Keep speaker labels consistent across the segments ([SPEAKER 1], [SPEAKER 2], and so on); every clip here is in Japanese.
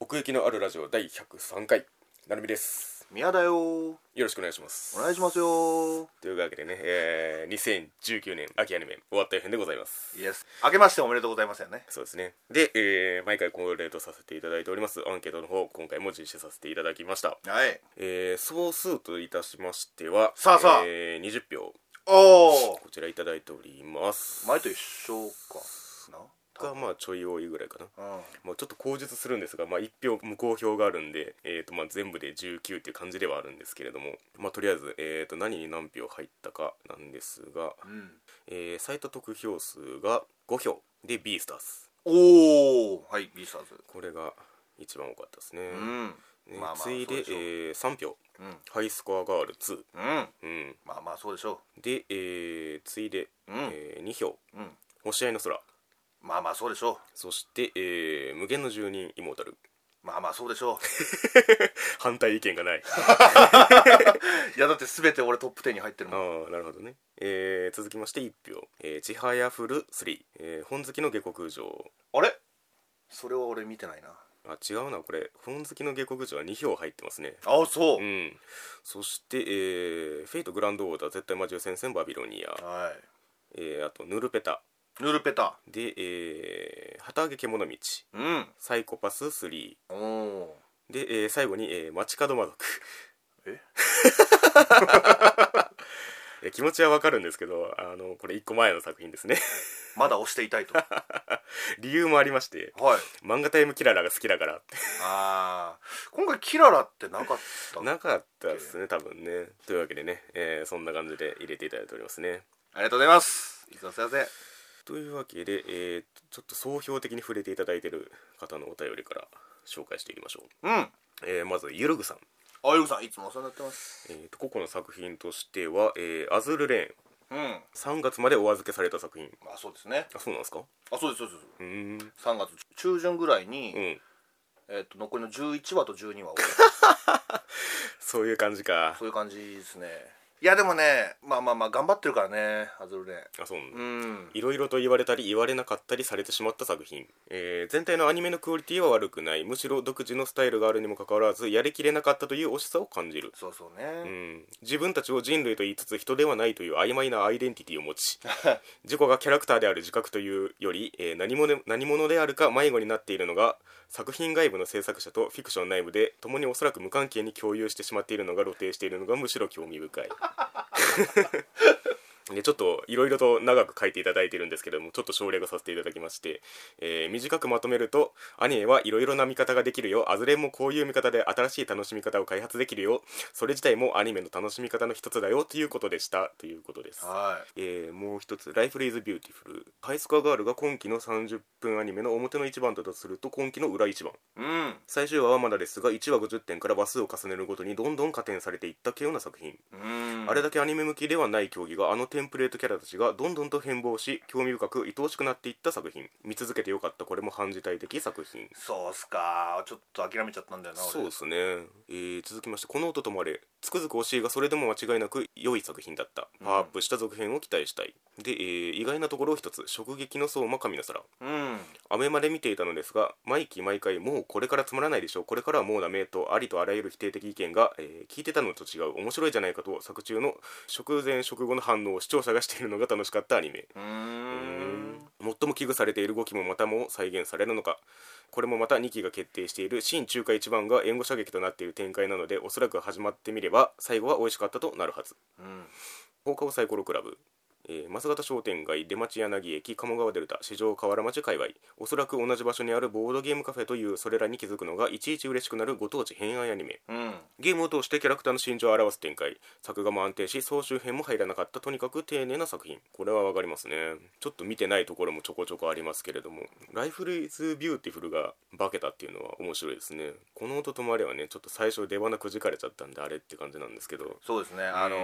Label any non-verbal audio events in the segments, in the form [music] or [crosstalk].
[SPEAKER 1] 奥行きのあるラジオ第103回なるみです
[SPEAKER 2] 宮だよ
[SPEAKER 1] よろしくお願いします
[SPEAKER 2] お願いしますよ
[SPEAKER 1] というわけでね、えー、2019年秋アニメ終わった編でございます
[SPEAKER 2] イエス明けましておめでとうございますよね
[SPEAKER 1] そうですねで、えー毎回恒例とさせていただいておりますアンケートの方今回も実施させていただきました、
[SPEAKER 2] はい
[SPEAKER 1] えー、総数といたしましては
[SPEAKER 2] さあさあ
[SPEAKER 1] えー、20票
[SPEAKER 2] おお
[SPEAKER 1] こちらいただいております
[SPEAKER 2] 前と一緒かな
[SPEAKER 1] がまあちょい多いぐらいかな
[SPEAKER 2] うん
[SPEAKER 1] まあ、ちょっと口述するんですが、まあ、1票無効票があるんで、えーとまあ、全部で19っていう感じではあるんですけれども、まあ、とりあえず、えー、と何に何票入ったかなんですが、
[SPEAKER 2] うん
[SPEAKER 1] えー最多得票数が5票で B スターズ
[SPEAKER 2] おおはいビースターズ
[SPEAKER 1] これが一番多かったですね、
[SPEAKER 2] うん
[SPEAKER 1] えー
[SPEAKER 2] まあまあ
[SPEAKER 1] 次い
[SPEAKER 2] そう
[SPEAKER 1] で
[SPEAKER 2] でしょう
[SPEAKER 1] えー3票
[SPEAKER 2] うんうん
[SPEAKER 1] ハイスコアガール2、うん、
[SPEAKER 2] まあまあそうでしょ
[SPEAKER 1] で、えー次いで、
[SPEAKER 2] うん
[SPEAKER 1] え2票
[SPEAKER 2] ううん
[SPEAKER 1] 星合いの空
[SPEAKER 2] まあまあそうでしょ
[SPEAKER 1] そして、えー無限の住人イモータル [laughs]
[SPEAKER 2] うまあまあそうでしょ
[SPEAKER 1] 反対意見がない
[SPEAKER 2] う [laughs] いやだって全て俺トップ10に入ってるもん
[SPEAKER 1] ああなるほどね、えー続きまして1票「えー、ちはやふる3」えー本好きの下克上」
[SPEAKER 2] あれそれは俺見てないな
[SPEAKER 1] あ違うなこれ本好きの下克上は2票入ってますね
[SPEAKER 2] あそううん
[SPEAKER 1] そして、えーフェイトグランドオーダー絶対魔獣戦線バビロニア」
[SPEAKER 2] は
[SPEAKER 1] えーあと「ヌルペタ
[SPEAKER 2] いヌルペタ」
[SPEAKER 1] で「えー旗揚げ獣道」
[SPEAKER 2] うん
[SPEAKER 1] 「サイコパス3
[SPEAKER 2] おお」
[SPEAKER 1] で、えー最後に、えー街角魔族」
[SPEAKER 2] え
[SPEAKER 1] [laughs] いや気持ちはわかるんですけどあのこれ1個前の作品ですね [laughs]
[SPEAKER 2] まだ押していたい [laughs] とは
[SPEAKER 1] 理由もありまして
[SPEAKER 2] い
[SPEAKER 1] 漫画タイムキララが好きだから
[SPEAKER 2] ああ今回キララってなかった
[SPEAKER 1] なかったですね多分ねというわけでね、えーそんな感じで入れていただいておりますね
[SPEAKER 2] ありがとうございますいつもすいません
[SPEAKER 1] というわけで、えーちょっと総評的に触れていただいてる方のお便りから紹介していきましょ
[SPEAKER 2] うん
[SPEAKER 1] う、えーまずゆるぐさん、
[SPEAKER 2] あゆうさんいつもお世話になってます
[SPEAKER 1] えーと個々の作品としては「えーアズールレーン
[SPEAKER 2] うん」
[SPEAKER 1] 3月までお預けされた作品
[SPEAKER 2] まあそうですね
[SPEAKER 1] あそうなんですか
[SPEAKER 2] あそうですそうです
[SPEAKER 1] うーん
[SPEAKER 2] 3月中旬ぐらいに、
[SPEAKER 1] うん
[SPEAKER 2] えっと残りの11話と12話を
[SPEAKER 1] そういう感じか
[SPEAKER 2] そういう感じですねいやでもねまあまあまあ頑張ってるからねアズルレ
[SPEAKER 1] あそうなんだ
[SPEAKER 2] ンうん
[SPEAKER 1] いろいろと言われたり言われなかったりされてしまった作品、えー全体のアニメのクオリティは悪くないむしろ独自のスタイルがあるにもかかわらずやりきれなかったという惜しさを感じる、
[SPEAKER 2] そうそう
[SPEAKER 1] う
[SPEAKER 2] ね、
[SPEAKER 1] ん、自分たちを人類と言いつつ人ではないという曖昧なアイデンティティを持ち [laughs] 自己がキャラクターである自覚というより、えー何者何者であるか迷子になっているのが作品外部の制作者とフィクション内部で共におそらく無関係に共有してしまっているのが露呈しているのがむしろ興味深い。でちょっといろいろと長く書いていただいてるんですけどもちょっと省略させていただきまして、えー短くまとめると「アニメはいろいろな見方ができるよアズレンもこういう見方で新しい楽しみ方を開発できるよそれ自体もアニメの楽しみ方の一つだよ」ということでしたということです。
[SPEAKER 2] はい
[SPEAKER 1] えーもう一つ「Life is Beautiful」ハイスコアガールが今期の30分アニメの表の一番だとすると今期の裏一番
[SPEAKER 2] うん
[SPEAKER 1] 最終話はまだですが1話50点から話数を重ねるごとにどんどん加点されていったような作品
[SPEAKER 2] うん
[SPEAKER 1] あれだけアニメ向きではない競技があのテンプレートキャラたちがどんどんと変貌し興味深く愛おしくなっていった作品見続けてよかったこれも反時代的作品
[SPEAKER 2] そうっすかちょっと諦めちゃったんだよな俺
[SPEAKER 1] そうですね、えー続きまして「この音とまれ」つくづく惜しいがそれでも間違いなく良い作品だったパワーアップした続編を期待したい、で、えー意外なところを一つ「直撃の相馬神の皿」
[SPEAKER 2] うん
[SPEAKER 1] アベマで見ていたのですが毎期毎回もうこれからつまらないでしょうこれからはもうダメとありとあらゆる否定的意見が、えー聞いてたのと違う面白いじゃないかと作中の食前食後の反応を視聴者がしているのが楽しかったアニメ
[SPEAKER 2] うーん
[SPEAKER 1] 最も危惧されている動きもまたも再現されるのかこれもまた2期が決定している新中華一番が援護射撃となっている展開なのでおそらく始まってみれば最後は美味しかったとなるはず
[SPEAKER 2] うん
[SPEAKER 1] 放課後サイコロクラブ、えー、増形商店街出町柳駅鴨川デルタ市場河原町界隈おそらく同じ場所にあるボードゲームカフェというそれらに気づくのがいちいち嬉しくなるご当地偏愛アニメ
[SPEAKER 2] うん
[SPEAKER 1] ゲームを通してキャラクターの心情を表す展開作画も安定し総集編も入らなかったとにかく丁寧な作品これはわかりますねちょっと見てないところもちょこちょこありますけれども「ライフルイズビューティフルが化けたっていうのは面白いですねこの音ともあれはねちょっと最初出花くじかれちゃったんであれって感じなんですけど
[SPEAKER 2] そうですねあの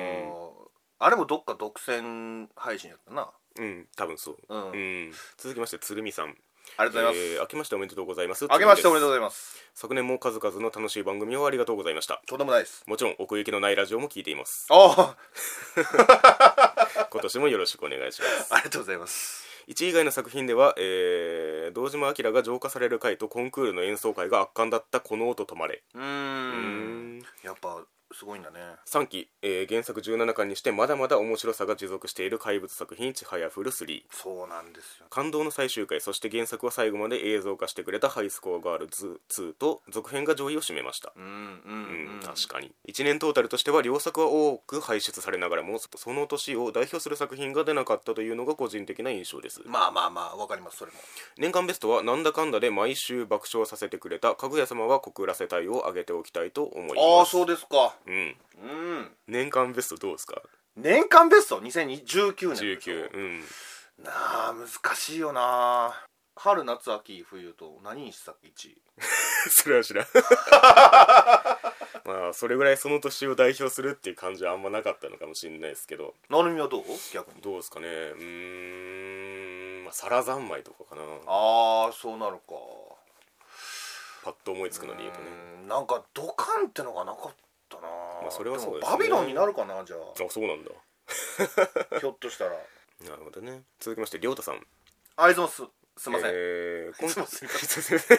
[SPEAKER 2] ーあれもどっか独占配信やったな
[SPEAKER 1] うん多分そう
[SPEAKER 2] うん、あり
[SPEAKER 1] うん、続きまして鶴見さん
[SPEAKER 2] がとうございます、
[SPEAKER 1] えー明けましておめでとうございます
[SPEAKER 2] 明けましておめでと
[SPEAKER 1] う
[SPEAKER 2] うございます
[SPEAKER 1] 昨年も数々の楽しい番組をありがとうございました
[SPEAKER 2] とんでもないです
[SPEAKER 1] もちろん奥行きのないラジオも聞いてい
[SPEAKER 2] [laughs]
[SPEAKER 1] ます
[SPEAKER 2] ああ
[SPEAKER 1] 今年もよろしくお願いします
[SPEAKER 2] ありがとうございます
[SPEAKER 1] 1以外の作品では、えー、堂島明が浄化される回とコンクールの演奏会が圧巻だったこの音止まれう
[SPEAKER 2] うーん
[SPEAKER 1] ん
[SPEAKER 2] やっぱすごいんだね
[SPEAKER 1] 3期、えー原作17巻にしてまだまだ面白さが持続している怪物作品「ちはやふる3」
[SPEAKER 2] そうなんですよ
[SPEAKER 1] 感動の最終回そして原作は最後まで映像化してくれた「ハイスコアガールズ2」と続編が上位を占めました
[SPEAKER 2] うんうん
[SPEAKER 1] う
[SPEAKER 2] うんん
[SPEAKER 1] 確かに1年トータルとしては両作は多く輩出されながらもその年を代表する作品が出なかったというのが個人的な印象です
[SPEAKER 2] まあまあまあわかりますそれも
[SPEAKER 1] 年間ベストはなんだかんだで毎週爆笑させてくれたかぐや様は小倉世帯を上げておきたいと思い
[SPEAKER 2] ああ
[SPEAKER 1] ま
[SPEAKER 2] ー
[SPEAKER 1] す
[SPEAKER 2] そうですか
[SPEAKER 1] うん
[SPEAKER 2] うん
[SPEAKER 1] 年間ベストどうですか
[SPEAKER 2] 年間ベスト2019年でしょ
[SPEAKER 1] 19うん
[SPEAKER 2] [laughs] なあ難しいよな春夏秋冬と何したっけ1位
[SPEAKER 1] それは知らん [laughs] まあそれぐらいその年を代表するっていう感じはあんまなかったのかもしれないですけど
[SPEAKER 2] なるみはどう逆に
[SPEAKER 1] どうですかねうーんまあ皿三昧とかかな
[SPEAKER 2] ああそうなのか
[SPEAKER 1] パッと思いつくのに言うとね
[SPEAKER 2] うんなんかドカンってのがなかったな、
[SPEAKER 1] まあそれはそうですね
[SPEAKER 2] もバビロンになるかなじゃ
[SPEAKER 1] あそうなんだ
[SPEAKER 2] あひょっとしたら
[SPEAKER 1] なるほどね続きまして亮太さん
[SPEAKER 2] あいつもすすいません、
[SPEAKER 1] えー今
[SPEAKER 2] いつも [laughs] すいま
[SPEAKER 1] すいませ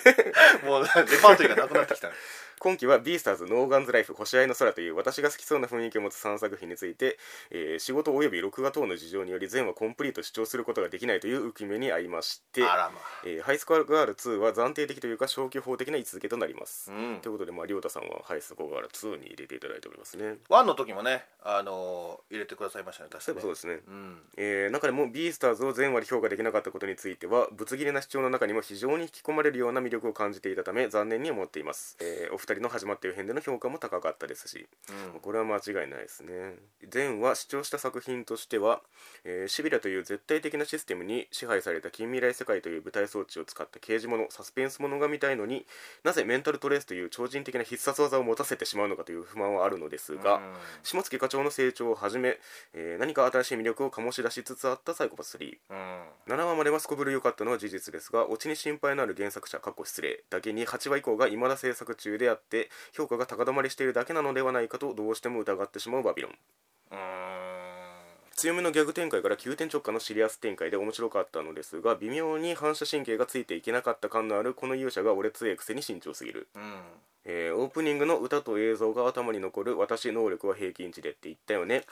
[SPEAKER 1] ん
[SPEAKER 2] もうデパートリーがなくなってきたね
[SPEAKER 1] [laughs] 今期は「ビースターズノーガンズ・ライフ星合いの空」という私が好きそうな雰囲気を持つ3作品について、えー仕事および録画等の事情により全話コンプリート視聴することができないという浮き目にあいまして
[SPEAKER 2] あらま
[SPEAKER 1] 「えーハイスコアガール2」は暫定的というか消去法的な位置づけとなります
[SPEAKER 2] う。ん
[SPEAKER 1] ということで、まあ、亮太さんはハイスコアガール2に入れていただいておりますね。
[SPEAKER 2] ワンの時もねあのー入れてくださいましたね確か
[SPEAKER 1] そういえ
[SPEAKER 2] に
[SPEAKER 1] ば
[SPEAKER 2] ね
[SPEAKER 1] そうですね。
[SPEAKER 2] うん
[SPEAKER 1] えー中でも「ビースターズ」を全話で評価できなかったことについてはぶつ切れな主張の中にも非常に引き込まれるような魅力を感じていたため残念に思っています、えーお二人の始まっている編での評価も高かったですし
[SPEAKER 2] うん
[SPEAKER 1] これは間違いないですね前話主張した作品としては、えーシビラという絶対的なシステムに支配された近未来世界という舞台装置を使った刑事物サスペンスものが見たいのになぜメンタルトレースという超人的な必殺技を持たせてしまうのかという不満はあるのですが、
[SPEAKER 2] うん
[SPEAKER 1] 下月課長の成長をはじめ、えー何か新しい魅力を醸し出しつつあったサイコパス3 7話まではすこぶる良かったのは事実ですがオチに心配のある原作者かっこ失礼だけに8話以降が未だ制作中であって評価が高止まりしているだけなのではないかとどうしても疑ってしまうバビロン
[SPEAKER 2] うん
[SPEAKER 1] 強めのギャグ展開から急転直下のシリアス展開で面白かったのですが微妙に反射神経がついていけなかった感のあるこの勇者が俺強いくせに慎重すぎる
[SPEAKER 2] うん
[SPEAKER 1] えーオープニングの歌と映像が頭に残る「私能力は平均値で」って言ったよね、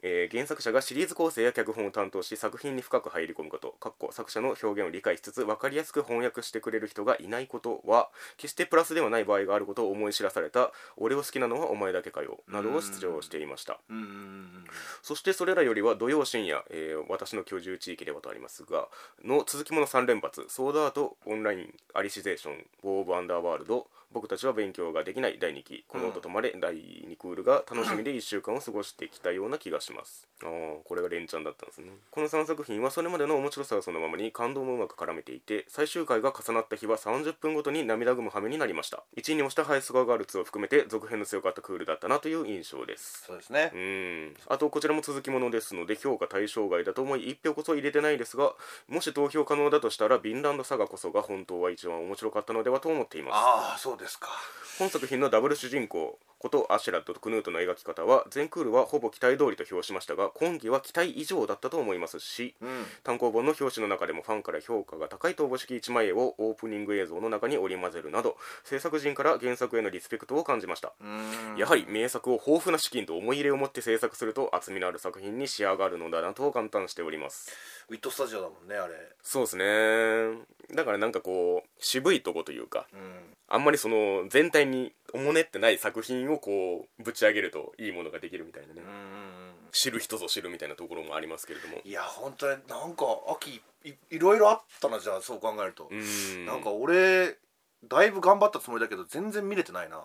[SPEAKER 1] えー原作者がシリーズ構成や脚本を担当し作品に深く入り込むことかっこ作者の表現を理解しつつ分かりやすく翻訳してくれる人がいないことは決してプラスではない場合があることを思い知らされた「俺を好きなのはお前だけかよ」などを出場していました
[SPEAKER 2] うんうんうん
[SPEAKER 1] そしてそれらよりは土曜深夜、えー私の居住地域ではとありますが、の続きもの3連発、ソードアート、オンライン、アリシゼーション、ボー・オブ・アンダーワールド、僕たちは勉強ができない第2期、この音とまれ、第2クールが楽しみで1週間を過ごしてきたような気がします。あーこれが連チャンだったんですね。この3作品はそれまでの面白さはそのままに感動もうまく絡めていて、最終回が重なった日は30分ごとに涙ぐむ羽目になりました。1位に押したハイスコアガールズを含めて続編の強かったクールだったなという印象です。
[SPEAKER 2] そうですね
[SPEAKER 1] うんあとこちらも続きものですので評価対象外だと思い1票こそ入れてないですがもし投票可能だとしたらビンランドサガこそが本当は一番面白かったのではと思っていま
[SPEAKER 2] ああそうですか
[SPEAKER 1] す本作品のダブル主人公ことアシュラッドとクヌートの描き方は全クールはほぼ期待通りと評しましたが今期は期待以上だったと思いますし
[SPEAKER 2] うん
[SPEAKER 1] 単行本の表紙の中でもファンから評価が高い東宝式一枚絵をオープニング映像の中に織り交ぜるなど制作陣から原作へのリスペクトを感じました
[SPEAKER 2] うん
[SPEAKER 1] やはり名作を豊富な資金と思い入れを持って制作すると厚みのある作品に仕上がるのだなと感嘆しております
[SPEAKER 2] ウィットスタジオだもんねあれ
[SPEAKER 1] そうですねだからなんかこう渋いとこというか
[SPEAKER 2] うん
[SPEAKER 1] あんまりその全体におもねってない作品をこうぶち上げるといいものができるみたいなね、
[SPEAKER 2] うんうん
[SPEAKER 1] 知る人ぞ知るみたいなところもありますけれども
[SPEAKER 2] いや本当になんか秋いいろいろあったなじゃあそう考えると
[SPEAKER 1] う、ん
[SPEAKER 2] なんか俺だいぶ頑張ったつもりだけど全然見れてな
[SPEAKER 1] [laughs]
[SPEAKER 2] いな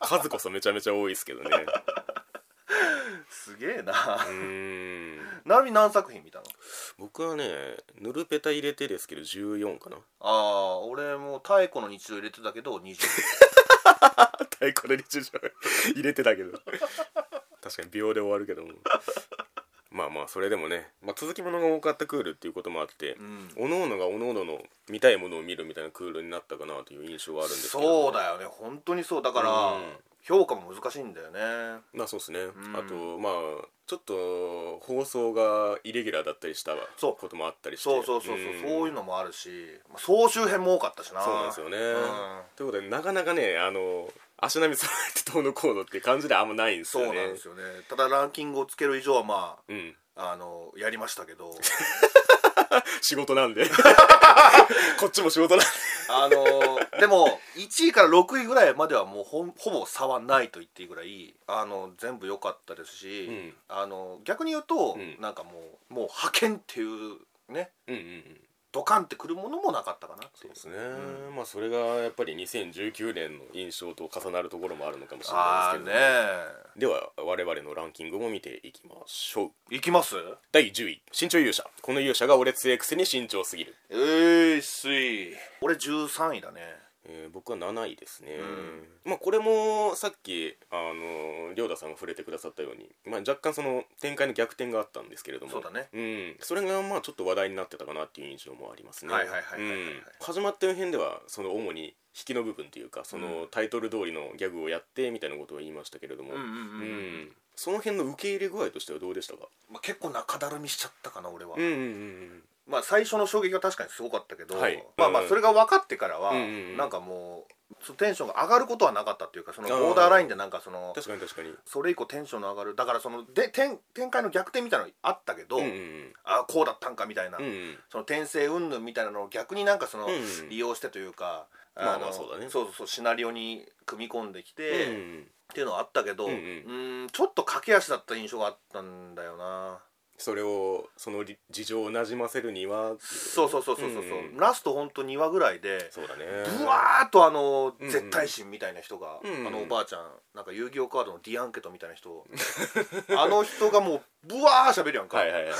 [SPEAKER 1] 数こそめちゃめちゃ多いですけ [laughs] どね
[SPEAKER 2] すげえ
[SPEAKER 1] う
[SPEAKER 2] な
[SPEAKER 1] ーん
[SPEAKER 2] [laughs] なるみ何作品見たの
[SPEAKER 1] 僕はねぬるペタ入れてですけど14かな
[SPEAKER 2] ああ俺も太古の日常入れてたけど20
[SPEAKER 1] 太鼓で日常入れてたけど確かに秒で終わるけどもまあまあそれでもね、まあ、続きものが多かったクールっていうこともあって、
[SPEAKER 2] うん
[SPEAKER 1] 各々が各々の見たいものを見るみたいなクールになったかなという印象はあるんですけど
[SPEAKER 2] そうだよね本当にそうだから、
[SPEAKER 1] うん
[SPEAKER 2] 評価も難しいんだよね
[SPEAKER 1] まあそうですね、
[SPEAKER 2] ん
[SPEAKER 1] あとまあちょっと放送がイレギュラーだったりした
[SPEAKER 2] そう
[SPEAKER 1] こともあったりして
[SPEAKER 2] そうそうそうそう、
[SPEAKER 1] ん
[SPEAKER 2] そういうのもあるしまあ総集編も多かったしな
[SPEAKER 1] そうなんですよね、
[SPEAKER 2] うん
[SPEAKER 1] ということでなかなかねあの足並み揃えてどうのこうのっていう感じではあんまないんです
[SPEAKER 2] そう
[SPEAKER 1] よね
[SPEAKER 2] なんですよねただランキングをつける以上はま
[SPEAKER 1] うん
[SPEAKER 2] ああのやりましたけど
[SPEAKER 1] 仕事なん [laughs] でこっちも仕事なんで
[SPEAKER 2] あのでも1位から6位ぐらいまではもうほんほぼ差はないと言っていいぐらいあの全部良かったですし、
[SPEAKER 1] うん
[SPEAKER 2] あの逆に言うと、
[SPEAKER 1] うん
[SPEAKER 2] なんかもうもう派遣っていうね
[SPEAKER 1] うんうんうん
[SPEAKER 2] ドカンってくるものもなかったかなって
[SPEAKER 1] そ
[SPEAKER 2] いう
[SPEAKER 1] うですね、まあそれがやっぱり2019年の印象と重なるところもあるのかもしれ
[SPEAKER 2] あ
[SPEAKER 1] ない
[SPEAKER 2] あ
[SPEAKER 1] です
[SPEAKER 2] ね
[SPEAKER 1] けど、では我々のランキングも見ていきましょう
[SPEAKER 2] いきます
[SPEAKER 1] 第10位身長勇者この勇者が俺強いくせに身長すぎる、
[SPEAKER 2] えいすい俺13位だね
[SPEAKER 1] えー僕は7位ですね、
[SPEAKER 2] う
[SPEAKER 1] まあこれもさっきあの亮太さんが触れてくださったように、まあ、若干その展開の逆転があったんですけれども
[SPEAKER 2] そうだね
[SPEAKER 1] うん、それがまあちょっと話題になってたかなっていう印象もありますね
[SPEAKER 2] はいはいはいはいはいはい
[SPEAKER 1] うん始まってる辺ではその主に引きの部分というかそのタイトル通りのギャグをやってみたいなことを言いましたけれども、
[SPEAKER 2] うんうんうんうん
[SPEAKER 1] うんその辺の受け入れ具合としてはどうでしたか
[SPEAKER 2] まあ、結構中だるみしちゃったかな俺は、
[SPEAKER 1] うんうんうん
[SPEAKER 2] まあ最初の衝撃は確かにすごかったけど、
[SPEAKER 1] はい
[SPEAKER 2] まあまあ
[SPEAKER 1] うん
[SPEAKER 2] それが分かってからは、
[SPEAKER 1] うんうんうん
[SPEAKER 2] なんかもうそのテンションが上がることはなかったっていうかそのボーダーラインでなんかその
[SPEAKER 1] 確かに確かに
[SPEAKER 2] それ以降テンションの上がるだからそので展展開の逆転みたいなのあったけど、
[SPEAKER 1] うんうん
[SPEAKER 2] ああこうだったんかみたいな、
[SPEAKER 1] うんうん
[SPEAKER 2] その転生云々みたいなのを逆になんかその、
[SPEAKER 1] うんうん
[SPEAKER 2] 利用してというか
[SPEAKER 1] まあ
[SPEAKER 2] の
[SPEAKER 1] まあそうだね
[SPEAKER 2] そうそうシナリオに組み込んできて、
[SPEAKER 1] う
[SPEAKER 2] っ
[SPEAKER 1] んうん
[SPEAKER 2] ていうのはあったけど、
[SPEAKER 1] うんうん
[SPEAKER 2] んちょっと駆け足だった印象があったんだよな
[SPEAKER 1] それをそのり事情をなじませるにはってい
[SPEAKER 2] そうそうそうそうそう、
[SPEAKER 1] うんうん
[SPEAKER 2] ラストほんと2話ぐらいで
[SPEAKER 1] そうだね
[SPEAKER 2] ぶわーっとあの
[SPEAKER 1] うんうん
[SPEAKER 2] 絶対神みたいな人が、
[SPEAKER 1] うんうん
[SPEAKER 2] あのおばあちゃんなんか遊戯王カードのディアンケトみたいな人あの人がもうぶわーしゃべるやんか、
[SPEAKER 1] はいはいはい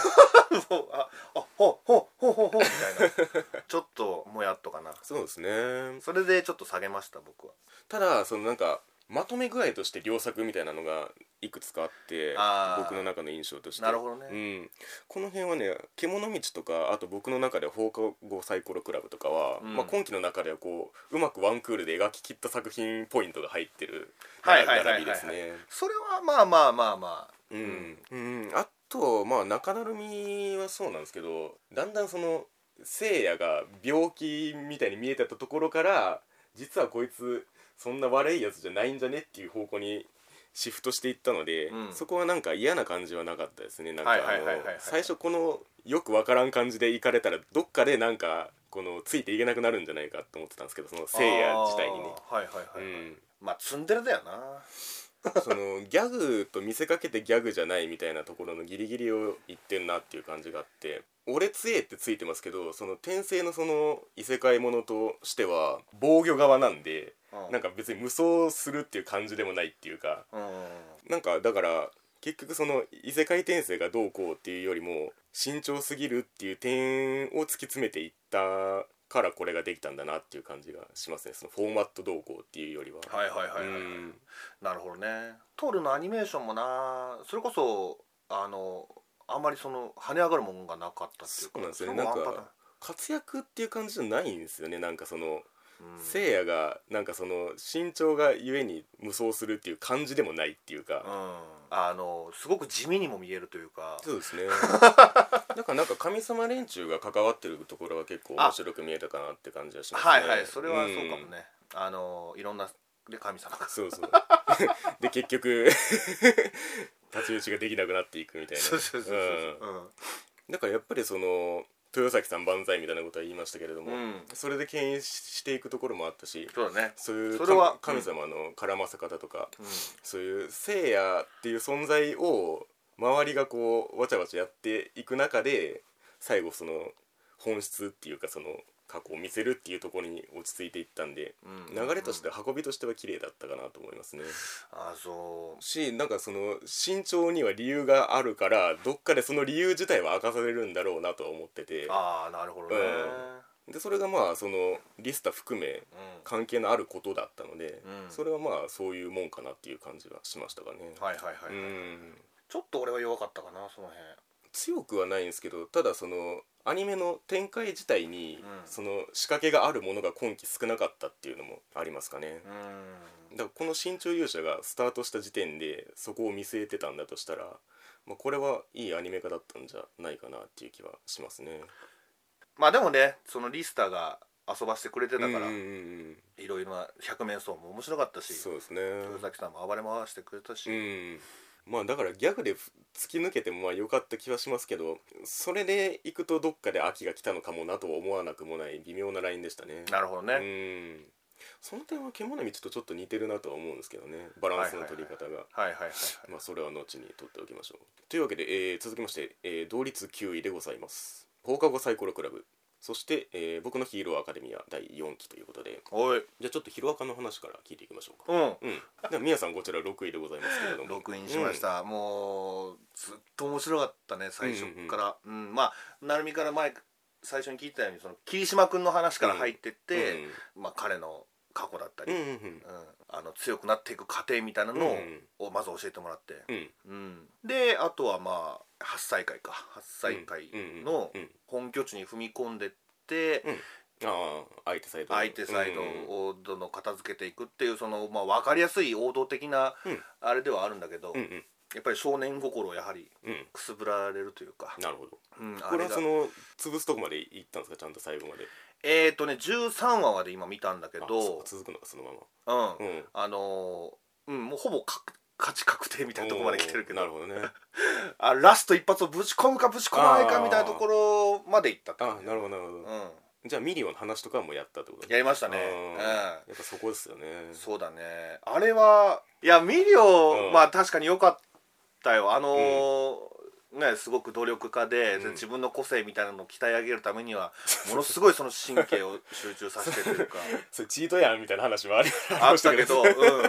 [SPEAKER 2] もうああほほほほほみたいなちょっともやっとかな
[SPEAKER 1] そうですね
[SPEAKER 2] それでちょっと下げました僕は
[SPEAKER 1] ただそのなんかまとめ具合として良作みたいなのがいくつかあって
[SPEAKER 2] あー
[SPEAKER 1] 僕の中の印象として
[SPEAKER 2] なるほどね
[SPEAKER 1] うん、この辺はね「獣道」とかあと僕の中で「放課後サイコロクラブ」とかは、
[SPEAKER 2] うん
[SPEAKER 1] まあ、今期の中ではこううまくワンクールで描ききった作品ポイントが入ってる
[SPEAKER 2] はいはいはいはいは
[SPEAKER 1] 並
[SPEAKER 2] い
[SPEAKER 1] びですね。
[SPEAKER 2] それはまあまあまあまあ
[SPEAKER 1] うん、うん、あとまあ中だるみはそうなんですけどだんだんその聖夜が病気みたいに見えてたところから実はこいつそんな悪いやつじゃないんじゃねっていう方向にシフトしていったので、
[SPEAKER 2] うん
[SPEAKER 1] そこはなんか嫌な感じはなかったですねなんかあの
[SPEAKER 2] はいはいはいはいはい
[SPEAKER 1] 最初このよくわからん感じで行かれたらどっかでなんかこのついていけなくなるんじゃないかと思ってたんですけどその聖夜自体にね。
[SPEAKER 2] あーはいは
[SPEAKER 1] う
[SPEAKER 2] いはい、はい
[SPEAKER 1] ん
[SPEAKER 2] まあツンデレだよな
[SPEAKER 1] そのギャグと見せかけてギャグじゃないみたいなところのギリギリを言ってんなっていう感じがあって「俺強え」ってついてますけどその転生のその異世界ものとしては防御側なんで
[SPEAKER 2] うん
[SPEAKER 1] なんか別に無双するっていう感じでもないっていうか
[SPEAKER 2] うん
[SPEAKER 1] なんかだから結局その異世界転生がどうこうっていうよりも慎重すぎるっていう点を突き詰めていったからこれができたんだなっていう感じがしますねそのフォーマットどうこうっていうよりは。
[SPEAKER 2] はいはいはいはいはい、
[SPEAKER 1] うん
[SPEAKER 2] なるほどねトールのアニメーションもなそれこそあのあんまりその跳ね上がるものがなかったってい
[SPEAKER 1] そ
[SPEAKER 2] う
[SPEAKER 1] うなんですよね
[SPEAKER 2] れも
[SPEAKER 1] なんか
[SPEAKER 2] ワンパ
[SPEAKER 1] 活躍っていう感じじゃないんですよねなんかその、
[SPEAKER 2] ターンうん
[SPEAKER 1] 聖夜がなんかその身長がゆえに無双するっていう感じでもないっていう
[SPEAKER 2] う
[SPEAKER 1] か、
[SPEAKER 2] んあのすごく地味にも見えるというか
[SPEAKER 1] そう
[SPEAKER 2] [laughs]
[SPEAKER 1] ですねだからなんか神様連中が関わってるところは結構面白く見えたかなって感じはしますね
[SPEAKER 2] はいはいそれはそうかも
[SPEAKER 1] ん
[SPEAKER 2] ね、あのいろんなで神様が
[SPEAKER 1] そうそう
[SPEAKER 2] [laughs]
[SPEAKER 1] で結局 [laughs] 立ち打ちができなくなっていくみたいな
[SPEAKER 2] そうそうそうそう
[SPEAKER 1] うんだからやっぱりその豊崎さん万歳みたいなことは言いましたけれども、
[SPEAKER 2] うん、うん、
[SPEAKER 1] それで牽引していくところもあったし
[SPEAKER 2] そうだね、
[SPEAKER 1] そういう
[SPEAKER 2] それは
[SPEAKER 1] 神
[SPEAKER 2] うん
[SPEAKER 1] 様の絡ませ方とか、
[SPEAKER 2] うん、
[SPEAKER 1] そういう聖夜っていう存在を周りがこうわちゃわちゃやっていく中で最後その本質っていうかその過去を見せるっていうところに落ち着いていったんで、
[SPEAKER 2] うん
[SPEAKER 1] 流れとして運びとしては綺麗だったかなと思いますね。
[SPEAKER 2] あそう
[SPEAKER 1] しなんかその慎重には理由があるからどっかでその理由自体は明かされるんだろうなとは思ってて
[SPEAKER 2] ああなるほどね
[SPEAKER 1] でそれがまあそのリスタ含め
[SPEAKER 2] うん
[SPEAKER 1] 関係のあることだったので、
[SPEAKER 2] うん
[SPEAKER 1] それはまあそういうもんかなっていう感じがしましたかね。
[SPEAKER 2] はいはいはい、
[SPEAKER 1] うん
[SPEAKER 2] ちょっと俺は弱かったかなその辺
[SPEAKER 1] 強くはないんですけどただそのアニメの展開自体に、
[SPEAKER 2] うん
[SPEAKER 1] その仕掛けがあるものが今期少なかったっていうのもありますかね
[SPEAKER 2] う、ん
[SPEAKER 1] だからこの新潮勇者がスタートした時点でそこを見据えてたんだとしたら、まあ、これはいいアニメ化だったんじゃないかなっていう気はしますね
[SPEAKER 2] まあでもねそのリスターが遊ばせてくれてたから、
[SPEAKER 1] うんうんうん
[SPEAKER 2] いろいろな百面相も面白かったし
[SPEAKER 1] そうですね
[SPEAKER 2] 豊崎さんも暴れ回してくれたし、
[SPEAKER 1] うんまあだからギャグでふ突き抜けてもまあ良かった気はしますけどそれで行くとどっかで秋が来たのかもなとは思わなくもない微妙なラインでしたね
[SPEAKER 2] なるほどね、
[SPEAKER 1] うんその点は獣道とちょっと似てるなとは思うんですけどねバランスの取り方が、
[SPEAKER 2] はいはいはいはい
[SPEAKER 1] まあそれは後に取っておきましょうというわけで、えー続きまして、えー同率9位でございます放課後サイコロクラブそして、えー僕のヒーローアカデミア第4期ということで
[SPEAKER 2] おい
[SPEAKER 1] じゃあちょっとヒロアカの話から聞いていきましょうか
[SPEAKER 2] うん
[SPEAKER 1] うんでは宮さんこちら6位でございますけれども
[SPEAKER 2] ロックインしました、もうずっと面白かったね最初から、うんまあ成美から前最初に聞いたようにその霧島君の話から入ってって、まあ、彼の過去だったり、
[SPEAKER 1] う
[SPEAKER 2] うん
[SPEAKER 1] うんんうん
[SPEAKER 2] あの強くなっていく過程みたいな
[SPEAKER 1] うん
[SPEAKER 2] のをまず教えてもらって、
[SPEAKER 1] うん
[SPEAKER 2] うんであとはまあ8歳会か8歳会の
[SPEAKER 1] うんうん
[SPEAKER 2] 本拠地に踏み込んでって、
[SPEAKER 1] うんああ相手サイド
[SPEAKER 2] 相手サイドをどんどん片付けていくっていうその、まあ、分かりやすい王道的な
[SPEAKER 1] うん
[SPEAKER 2] あれではあるんだけど、
[SPEAKER 1] うんうん
[SPEAKER 2] やっぱり少年心をやはり
[SPEAKER 1] うんうん
[SPEAKER 2] くすぶられるというか、
[SPEAKER 1] なるほど
[SPEAKER 2] うん、あ
[SPEAKER 1] これ
[SPEAKER 2] れ
[SPEAKER 1] は
[SPEAKER 2] が
[SPEAKER 1] その潰すとこまで行ったんですかちゃんと最後まで
[SPEAKER 2] えっ、とね13話まで今見たんだけ
[SPEAKER 1] あそっ
[SPEAKER 2] ど
[SPEAKER 1] か続くのかそのまま
[SPEAKER 2] うん、
[SPEAKER 1] うん
[SPEAKER 2] あのーうん、もうほぼか勝ち確定みたいなとこまで来てるけど
[SPEAKER 1] なるほどね
[SPEAKER 2] あラスト一発をぶち込むかぶち込まないかみたいなところまでいったって
[SPEAKER 1] あ
[SPEAKER 2] 感じ
[SPEAKER 1] なるほどなるほど、
[SPEAKER 2] うん、
[SPEAKER 1] じゃあミリオンの話とかもやったってこと
[SPEAKER 2] やりましたね
[SPEAKER 1] うんやっぱそこですよね
[SPEAKER 2] うんそうだねあれはいやミリオ、
[SPEAKER 1] うん
[SPEAKER 2] まあ確かに良かったよあのーね、すごく努力家で、
[SPEAKER 1] うん
[SPEAKER 2] 自分の個性みたいなのを鍛え上げるためにはものすごいその神経を集中させてという [laughs] か
[SPEAKER 1] それチートやんみたいな話もあり
[SPEAKER 2] あったけど、うん、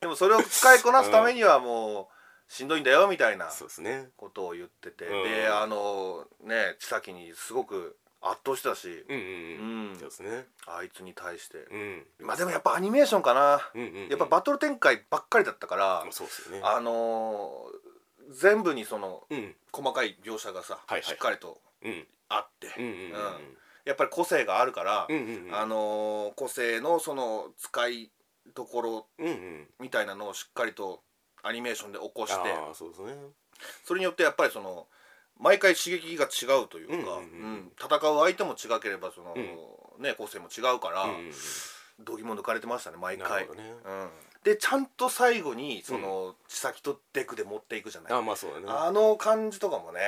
[SPEAKER 2] でもそれを使いこなすためにはもうしんどいんだよみたいな
[SPEAKER 1] そうですね
[SPEAKER 2] ことを言ってて、
[SPEAKER 1] うん
[SPEAKER 2] であのね千崎にすごく圧倒してたし、
[SPEAKER 1] うん
[SPEAKER 2] う
[SPEAKER 1] うん、うん、
[SPEAKER 2] ん
[SPEAKER 1] そうですね
[SPEAKER 2] あいつに対して、
[SPEAKER 1] うん
[SPEAKER 2] まあでもやっぱアニメーションかな、
[SPEAKER 1] うんうんうん
[SPEAKER 2] やっぱバトル展開ばっかりだったから
[SPEAKER 1] まあ、そうですよね
[SPEAKER 2] あのー全部にその
[SPEAKER 1] うん
[SPEAKER 2] 細かい描写がさ、
[SPEAKER 1] はいはい
[SPEAKER 2] しっかりと
[SPEAKER 1] うん
[SPEAKER 2] あって、
[SPEAKER 1] うんうん
[SPEAKER 2] やっぱり個性があるから、
[SPEAKER 1] うんうんうん
[SPEAKER 2] あのー個性のその使いどころ
[SPEAKER 1] うんうん
[SPEAKER 2] みたいなのをしっかりとアニメーションで起こして
[SPEAKER 1] ああそうですね
[SPEAKER 2] それによってやっぱりその毎回刺激が違うというか、
[SPEAKER 1] うんうんうん
[SPEAKER 2] うん戦う相手も違ければその、
[SPEAKER 1] う
[SPEAKER 2] ね個性も違うから、
[SPEAKER 1] うんうんうん
[SPEAKER 2] 度肝抜かれてましたね毎
[SPEAKER 1] な
[SPEAKER 2] 回
[SPEAKER 1] るほ、どね
[SPEAKER 2] うん、でちゃんと最後にその、千崎とデクで持っていくじゃない
[SPEAKER 1] ああまあそうだね
[SPEAKER 2] あの感じとかもね、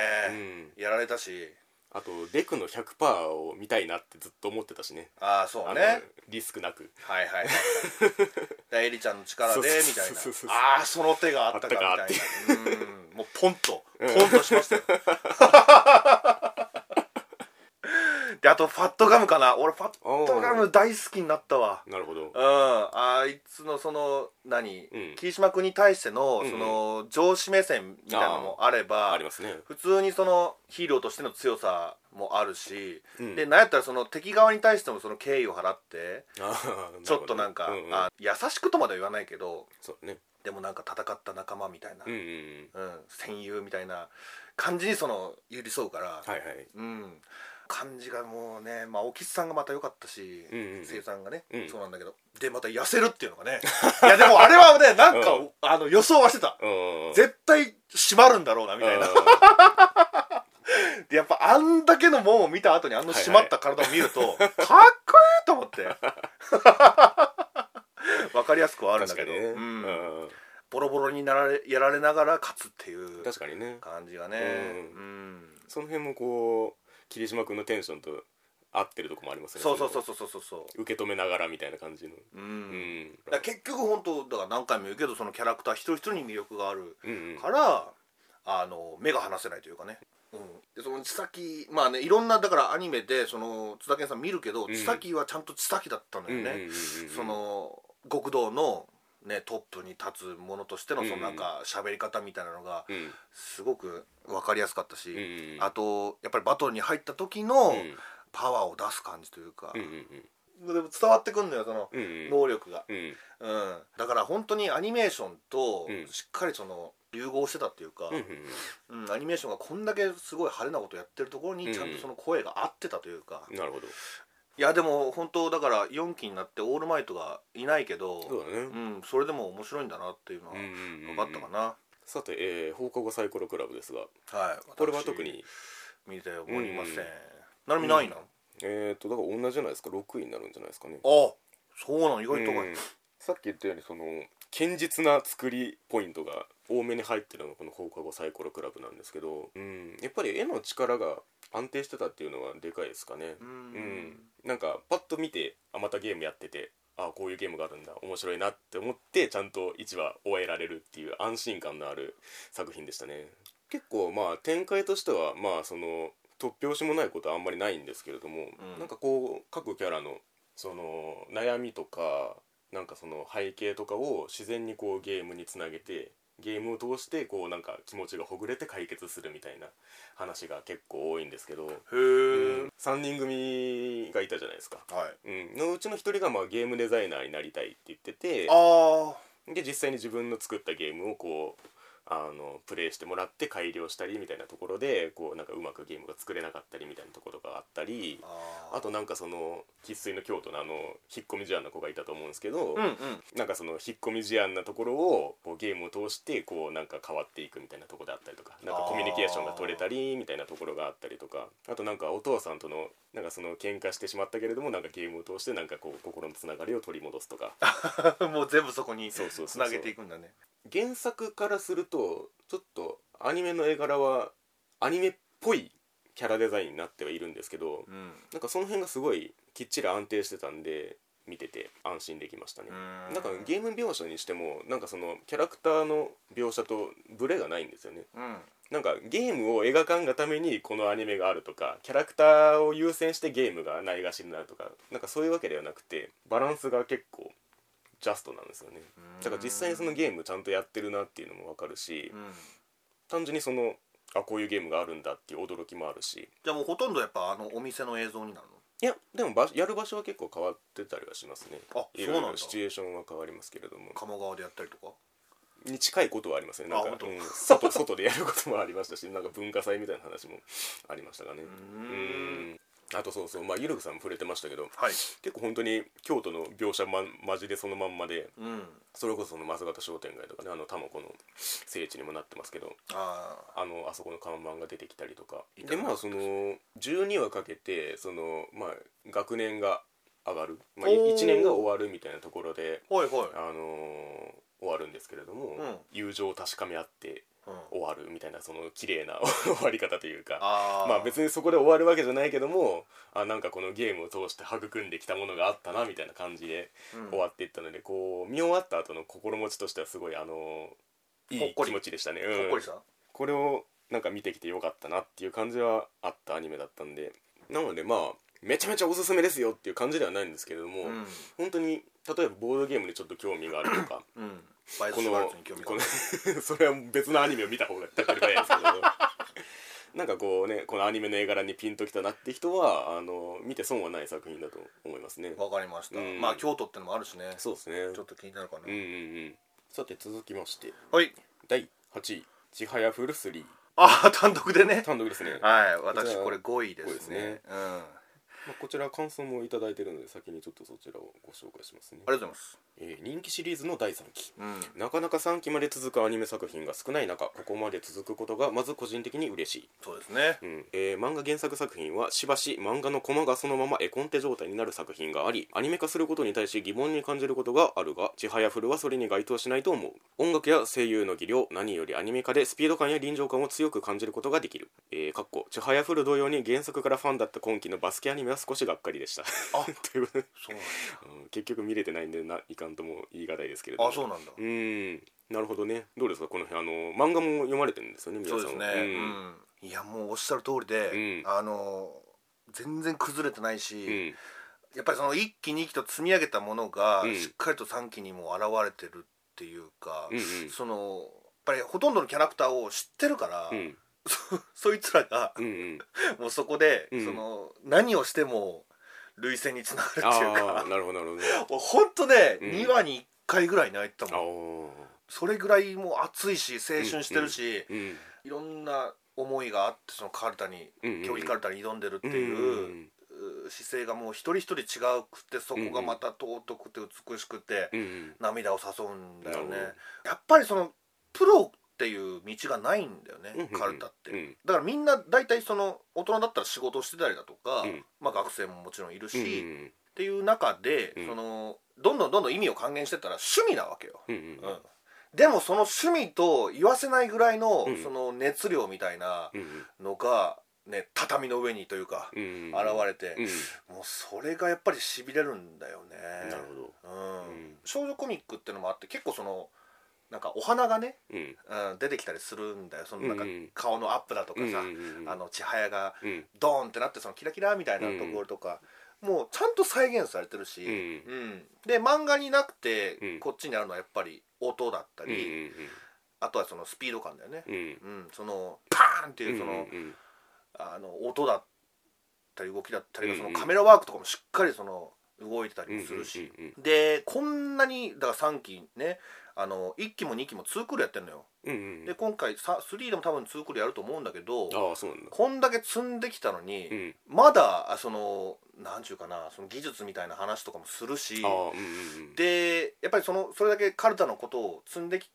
[SPEAKER 1] うん
[SPEAKER 2] やられたし
[SPEAKER 1] あとデクの100%を見たいなってずっと思ってたしね
[SPEAKER 2] ああそう
[SPEAKER 1] あの
[SPEAKER 2] ね
[SPEAKER 1] リスクなく
[SPEAKER 2] はい
[SPEAKER 1] [laughs]
[SPEAKER 2] はいはいだエリちゃんの力でみたい
[SPEAKER 1] そうそうそうそう
[SPEAKER 2] なああその手があったか
[SPEAKER 1] あったか
[SPEAKER 2] みたいなうんもうポンとポンとし
[SPEAKER 1] [laughs]
[SPEAKER 2] ましたよであとファットガムかな俺ファットガム大好きになったわ
[SPEAKER 1] なるほど
[SPEAKER 2] うんあいつのその何、
[SPEAKER 1] うん
[SPEAKER 2] 霧島君に対しての
[SPEAKER 1] うんうん
[SPEAKER 2] その上司目線みたいなのもあれば
[SPEAKER 1] ありますね
[SPEAKER 2] 普通にそのヒーローとしての強さもあるし、
[SPEAKER 1] うん
[SPEAKER 2] でなんやったらその敵側に対してもその敬意を払って
[SPEAKER 1] ああ
[SPEAKER 2] ちょっとなんか、
[SPEAKER 1] るほどねうう
[SPEAKER 2] あ優しくとまでは言わないけど
[SPEAKER 1] そうだね
[SPEAKER 2] でもなんか戦った仲間みたいな、
[SPEAKER 1] うんうんうん
[SPEAKER 2] うん戦友みたいな感じにその寄り添うから、
[SPEAKER 1] はいはい
[SPEAKER 2] うん、感じがもうね、まあ、お吉さんがまた良かったし、
[SPEAKER 1] うんうんうん
[SPEAKER 2] 生産がね、
[SPEAKER 1] うん
[SPEAKER 2] そうなんだけどでまた痩せるっていうのがね [laughs] いやでもあれはねなんか、
[SPEAKER 1] う
[SPEAKER 2] あの予想はしてた。
[SPEAKER 1] うん
[SPEAKER 2] 絶対締まるんだろうなみたいなでやっぱあんだけのもんを見た後にあの締まった体を見ると、かっこいいと思って [laughs] わかりやすくはあるんだ
[SPEAKER 1] 確か
[SPEAKER 2] け
[SPEAKER 1] に
[SPEAKER 2] ど、
[SPEAKER 1] ね、
[SPEAKER 2] う
[SPEAKER 1] うんん、
[SPEAKER 2] ボロボロになられやられながら勝つっていう
[SPEAKER 1] 確かにね
[SPEAKER 2] 感じがね、
[SPEAKER 1] う
[SPEAKER 2] うん
[SPEAKER 1] その辺もこう霧島君のテンションと合ってるとこもありますね
[SPEAKER 2] そうそうそううそうそうそうそ
[SPEAKER 1] 受け止めながらみたいな感じの
[SPEAKER 2] う、うん
[SPEAKER 1] うん
[SPEAKER 2] だから結局本当だから何回も言うけどそのキャラクター一人一人に魅力がある
[SPEAKER 1] うんうん
[SPEAKER 2] から、あの目が離せないというかね、うん、でその千崎まあねいろんなだからアニメでその津田健さん見るけど、
[SPEAKER 1] うん
[SPEAKER 2] 千崎はちゃんと千崎だったのよね、
[SPEAKER 1] うんうんうんうん
[SPEAKER 2] その極道の、ね、トップに立つものとしてのその
[SPEAKER 1] うん
[SPEAKER 2] なんか喋り方みたいなのが
[SPEAKER 1] うん
[SPEAKER 2] すごく分かりやすかったし、
[SPEAKER 1] うんうん
[SPEAKER 2] あとやっぱりバトルに入った時の
[SPEAKER 1] うん
[SPEAKER 2] パワーを出す感じというか
[SPEAKER 1] う、んうん
[SPEAKER 2] でも伝わってくんのよその
[SPEAKER 1] うんうんうん
[SPEAKER 2] 能力が、
[SPEAKER 1] うん
[SPEAKER 2] うんだから本当にアニメーションと
[SPEAKER 1] うん
[SPEAKER 2] しっかりその融合してたっていうか、
[SPEAKER 1] うんうんうん
[SPEAKER 2] うんアニメーションがこんだけすごい派手なことやってるところ
[SPEAKER 1] うん
[SPEAKER 2] にちゃんとその声が合ってたというか、い
[SPEAKER 1] なるほど
[SPEAKER 2] やでも本当だから4期になってオールマイトがいないけど
[SPEAKER 1] そうだね
[SPEAKER 2] うん、それでも面白いんだなっていうのは
[SPEAKER 1] うんうんうんうん
[SPEAKER 2] 分かったかな、
[SPEAKER 1] さて、えー放課後サイコロクラブですが
[SPEAKER 2] はい
[SPEAKER 1] これは特に
[SPEAKER 2] 私見ておりま
[SPEAKER 1] う
[SPEAKER 2] せん、
[SPEAKER 1] ん
[SPEAKER 2] なるみないな、
[SPEAKER 1] えっ、とだから同じじゃないですか6位になるんじゃないですかね
[SPEAKER 2] ああそうなの意外とか、
[SPEAKER 1] うんさっき言ったようにその堅実な作りポイントが多めに入ってるのがこの放課後サイコロクラブなんですけど、うん、やっぱり絵の力が安定してたっていうのはでかいですかね、
[SPEAKER 2] うん
[SPEAKER 1] なんかパッと見てあまたゲームやっててあこういうゲームがあるんだ面白いなって思ってちゃんと1話終えられるっていう安心感のある作品でしたね結構まあ展開としてはまあその突拍子もないことはあんまりないんですけれども、
[SPEAKER 2] うん
[SPEAKER 1] なんかこう各キャラのその悩みとかなんかその背景とかを自然にこうゲームにつなげてゲームを通してこうなんか気持ちがほぐれて解決するみたいな話が結構多いんですけど、
[SPEAKER 2] へえ、
[SPEAKER 1] 3人組がいたじゃないですか、
[SPEAKER 2] はい
[SPEAKER 1] うん、のうちの1人がまあゲームデザイナーになりたいって言ってて
[SPEAKER 2] ああ
[SPEAKER 1] で実際に自分の作ったゲームをこうあのプレイしてもらって改良したりみたいなところでこうなんかうまくゲームが作れなかったりみたいなところがあったり
[SPEAKER 2] あ
[SPEAKER 1] あとなんかその生粋の京都のあの引っ込み思案な子がいたと思うんですけど、
[SPEAKER 2] うんうん
[SPEAKER 1] なんかその引っ込み思案なところをこうゲームを通してこうなんか変わっていくみたいなところであったりとかなんかコミュニケーションが取れたりみたいなところがあったりとかあとなんかお父さんとのなんかその喧嘩してしまったけれどもなんかゲームを通してなんかこう心のつながりを取り戻すとか
[SPEAKER 2] [laughs] もう全部そこに
[SPEAKER 1] そうそうそう
[SPEAKER 2] つなげていくんだね
[SPEAKER 1] 原作からするとちょっとアニメの絵柄はアニメっぽいキャラデザインになってはいるんですけど
[SPEAKER 2] うん
[SPEAKER 1] なんかその辺がすごいきっちり安定してたんで見てて安心できましたね。
[SPEAKER 2] うん
[SPEAKER 1] なんかゲーム描写にしてもなんかそのキャラクターの描写とブレがないんですよね
[SPEAKER 2] うん
[SPEAKER 1] なんかゲームを描かんがためにこのアニメがあるとかキャラクターを優先してゲームがないがしになるとかなんかそういうわけではなくてバランスが結構ジャストなんですよねだから実際にそのゲームちゃんとやってるなっていうのもわかるし
[SPEAKER 2] うん
[SPEAKER 1] 単純にそのあこういうゲームがあるんだっていう驚きもあるし
[SPEAKER 2] じゃあもうほとんどやっぱあのお店の映像になる
[SPEAKER 1] いやでも場所やる場所は結構変わってたりはしますね
[SPEAKER 2] あ
[SPEAKER 1] い
[SPEAKER 2] そ
[SPEAKER 1] ろ
[SPEAKER 2] う
[SPEAKER 1] い
[SPEAKER 2] なん
[SPEAKER 1] ろ
[SPEAKER 2] だ
[SPEAKER 1] シチュエーションは変わりますけれども
[SPEAKER 2] の鴨川でやったりとか
[SPEAKER 1] に近いことはありますねなんか、
[SPEAKER 2] あ本当
[SPEAKER 1] うん外外でやることもありましたしなんか文化祭みたいな話もありましたがね
[SPEAKER 2] ーん
[SPEAKER 1] うんあとそうそうまあゆるくさんも触れてましたけど
[SPEAKER 2] はい
[SPEAKER 1] 結構本当に京都の描写まマジでそのまんまで
[SPEAKER 2] うん
[SPEAKER 1] それこそその松形商店街とかねあのタマコの聖地にもなってますけど
[SPEAKER 2] ああ
[SPEAKER 1] あのあそこの看板が出てきたりとか
[SPEAKER 2] い
[SPEAKER 1] で
[SPEAKER 2] たな
[SPEAKER 1] まあその12話かけてそのまあ学年が上がる、まあ、い
[SPEAKER 2] おー
[SPEAKER 1] 1年が終わるみたいなところで
[SPEAKER 2] はいは
[SPEAKER 1] あのー終わるんですけれども、
[SPEAKER 2] うん
[SPEAKER 1] 友情を確かめ合って
[SPEAKER 2] い、うん、
[SPEAKER 1] 終わるみたいなその綺麗な [laughs] 終わり方というか
[SPEAKER 2] あ
[SPEAKER 1] まあ別
[SPEAKER 2] に
[SPEAKER 1] にそこで終わるわけじゃないけどもあなんかこのゲームを通して育んできたものがあったなみたいな感じで終わっていったので、こう見終わった後の心持ちとしてはすごいあのー
[SPEAKER 2] ほ
[SPEAKER 1] い
[SPEAKER 2] っ
[SPEAKER 1] い
[SPEAKER 2] こ
[SPEAKER 1] 気
[SPEAKER 2] り
[SPEAKER 1] 持ちでしたね。
[SPEAKER 2] うん、
[SPEAKER 1] うん
[SPEAKER 2] ほっこりした
[SPEAKER 1] これをなんか見てきてよかったなっていう感じはあったアニメだったんでなのでまあめちゃめちゃおすすめですよっていう感じではないんですけれども、
[SPEAKER 2] うん
[SPEAKER 1] 本当に例えばボードゲームにちょっと興味があるとか
[SPEAKER 2] うんバイ
[SPEAKER 1] こ
[SPEAKER 2] ト
[SPEAKER 1] の
[SPEAKER 2] シュワルツに興味があ
[SPEAKER 1] こ
[SPEAKER 2] る
[SPEAKER 1] のそれは別のアニメを見た方が手っ取り早いですけどなんかこうねこのアニメの絵柄にピンときたなって人はあの見て損はない作品だと思いますね
[SPEAKER 2] わかりました、
[SPEAKER 1] うん
[SPEAKER 2] まあ京都ってのもあるしね
[SPEAKER 1] そうですね
[SPEAKER 2] ちょっと気になるかな、
[SPEAKER 1] うんうんうんさて続きまして
[SPEAKER 2] はい
[SPEAKER 1] 第8位「ちはやふる3
[SPEAKER 2] ああ単独で」ね
[SPEAKER 1] 単独ですね
[SPEAKER 2] はい私これ5位ですね
[SPEAKER 1] ですね
[SPEAKER 2] うんあ
[SPEAKER 1] まあ、こちら感想もいただいてるので先にちょっとそちらをご紹介しますね、
[SPEAKER 2] りがとうございます
[SPEAKER 1] えー人気シリーズの第3期
[SPEAKER 2] うん
[SPEAKER 1] なかなか3期まで続くアニメ作品が少ない中ここまで続くことがまず個人的に嬉しい
[SPEAKER 2] そうですね
[SPEAKER 1] うんえー漫画原作作品はしばし漫画のコマがそのまま絵コンテ状態になる作品がありアニメ化することに対し疑問に感じることがあるが「ちはやふる」はそれに該当しないと思う音楽や声優の技量何よりアニメ化でスピード感や臨場感を強く感じることができる、えー、かっこ「ちはやふる」同様に原作からファンだった今期のバスケアニメは少しがっかりでした
[SPEAKER 2] あ
[SPEAKER 1] [laughs] ということで
[SPEAKER 2] そうなん
[SPEAKER 1] うん結局見れてないんでないかんとも言い難いですけれど
[SPEAKER 2] だ
[SPEAKER 1] も
[SPEAKER 2] あそうなんだ、
[SPEAKER 1] うんなるほどねどうですかこの辺あの漫画も読まれてるんですよね皆さ
[SPEAKER 2] そ
[SPEAKER 1] ん
[SPEAKER 2] うですね、
[SPEAKER 1] は
[SPEAKER 2] うんいやもうおっしゃる通りで、
[SPEAKER 1] うん
[SPEAKER 2] あの全然崩れてないし、
[SPEAKER 1] うん、うん
[SPEAKER 2] やっぱりその1期2期と積み上げたものが
[SPEAKER 1] うん
[SPEAKER 2] しっかりと3期にも現れてるっていうか、
[SPEAKER 1] うんうん
[SPEAKER 2] そのやっぱりほとんどのキャラクターを知ってるから、
[SPEAKER 1] うん
[SPEAKER 2] そいつらが
[SPEAKER 1] うんうん
[SPEAKER 2] もうそこで、
[SPEAKER 1] うん
[SPEAKER 2] その何をしても涙腺につながるっていう
[SPEAKER 1] ああ
[SPEAKER 2] か
[SPEAKER 1] なるほどなるほど
[SPEAKER 2] もうほんとね、
[SPEAKER 1] うん
[SPEAKER 2] 2話に1回ぐらい泣いてた
[SPEAKER 1] あ
[SPEAKER 2] もん
[SPEAKER 1] お
[SPEAKER 2] それぐらいもう熱いし青春してるし、
[SPEAKER 1] うん
[SPEAKER 2] いろんな思いがあってそのカルタに、
[SPEAKER 1] うんうんうん
[SPEAKER 2] 競技カルタに挑んでるっていう。
[SPEAKER 1] うん
[SPEAKER 2] う姿勢がもう一人一人違くてそこがまた尊くて美しくて、
[SPEAKER 1] うんうん
[SPEAKER 2] 涙を誘うんだよね
[SPEAKER 1] なる
[SPEAKER 2] やっぱりそのプロっていう道がないんだよね、
[SPEAKER 1] うんうん
[SPEAKER 2] カルタって、
[SPEAKER 1] うん
[SPEAKER 2] だからみんな大体その大人だったら仕事をしてたりだとか、
[SPEAKER 1] うん
[SPEAKER 2] まあ、学生ももちろんいるし、
[SPEAKER 1] うん
[SPEAKER 2] っ、ていう中で、
[SPEAKER 1] うん
[SPEAKER 2] そのどんどんどんどん意味を還元してったら趣味なわけよ、
[SPEAKER 1] うんうん
[SPEAKER 2] うんでもその趣味と言わせないぐらいの,、
[SPEAKER 1] うん
[SPEAKER 2] その熱量みたいな
[SPEAKER 1] うん
[SPEAKER 2] のが、ね、畳の上にというか、
[SPEAKER 1] うん
[SPEAKER 2] 現れて、
[SPEAKER 1] うん
[SPEAKER 2] もうそれがやっぱりしびれるんだよね
[SPEAKER 1] なるほど
[SPEAKER 2] うん
[SPEAKER 1] うん
[SPEAKER 2] 少女コミックってのもあって結構そのなんかお花がね、
[SPEAKER 1] うん
[SPEAKER 2] うん、出てきたりするんだよそのなんか
[SPEAKER 1] うんうん
[SPEAKER 2] 顔のアップだとかさ、
[SPEAKER 1] うんうんうん
[SPEAKER 2] あのちはやが
[SPEAKER 1] うん
[SPEAKER 2] ドーンってなってそのキラキラみたいなところとか、もうちゃんと再現されてるし、
[SPEAKER 1] うん
[SPEAKER 2] うんで漫画になくて、
[SPEAKER 1] うん
[SPEAKER 2] こっちにあるのはやっぱり音だった
[SPEAKER 1] うんう
[SPEAKER 2] り、
[SPEAKER 1] ん
[SPEAKER 2] あとはそのスピード感だよね、
[SPEAKER 1] うんうん
[SPEAKER 2] うんそのパーンっていうその、
[SPEAKER 1] うん
[SPEAKER 2] あの音だったり動きだったりが
[SPEAKER 1] うん
[SPEAKER 2] そ
[SPEAKER 1] うん
[SPEAKER 2] のカメラワークとかもしっかりその動いてたり
[SPEAKER 1] うん
[SPEAKER 2] もするし、
[SPEAKER 1] うんうん
[SPEAKER 2] でこんなにだから3期ねあの1期も2期も2クールやってるのよ、
[SPEAKER 1] うんうん
[SPEAKER 2] で今回さ3でも多分2クールやると思うんだけど
[SPEAKER 1] ああそうなんだ
[SPEAKER 2] こんだけ積んできたのに、
[SPEAKER 1] うん
[SPEAKER 2] まだあその何ちゅうかなその技術みたいな話とかもするし
[SPEAKER 1] ああうんうんうん
[SPEAKER 2] でやっぱりそのそれだけカルタのことを積んでき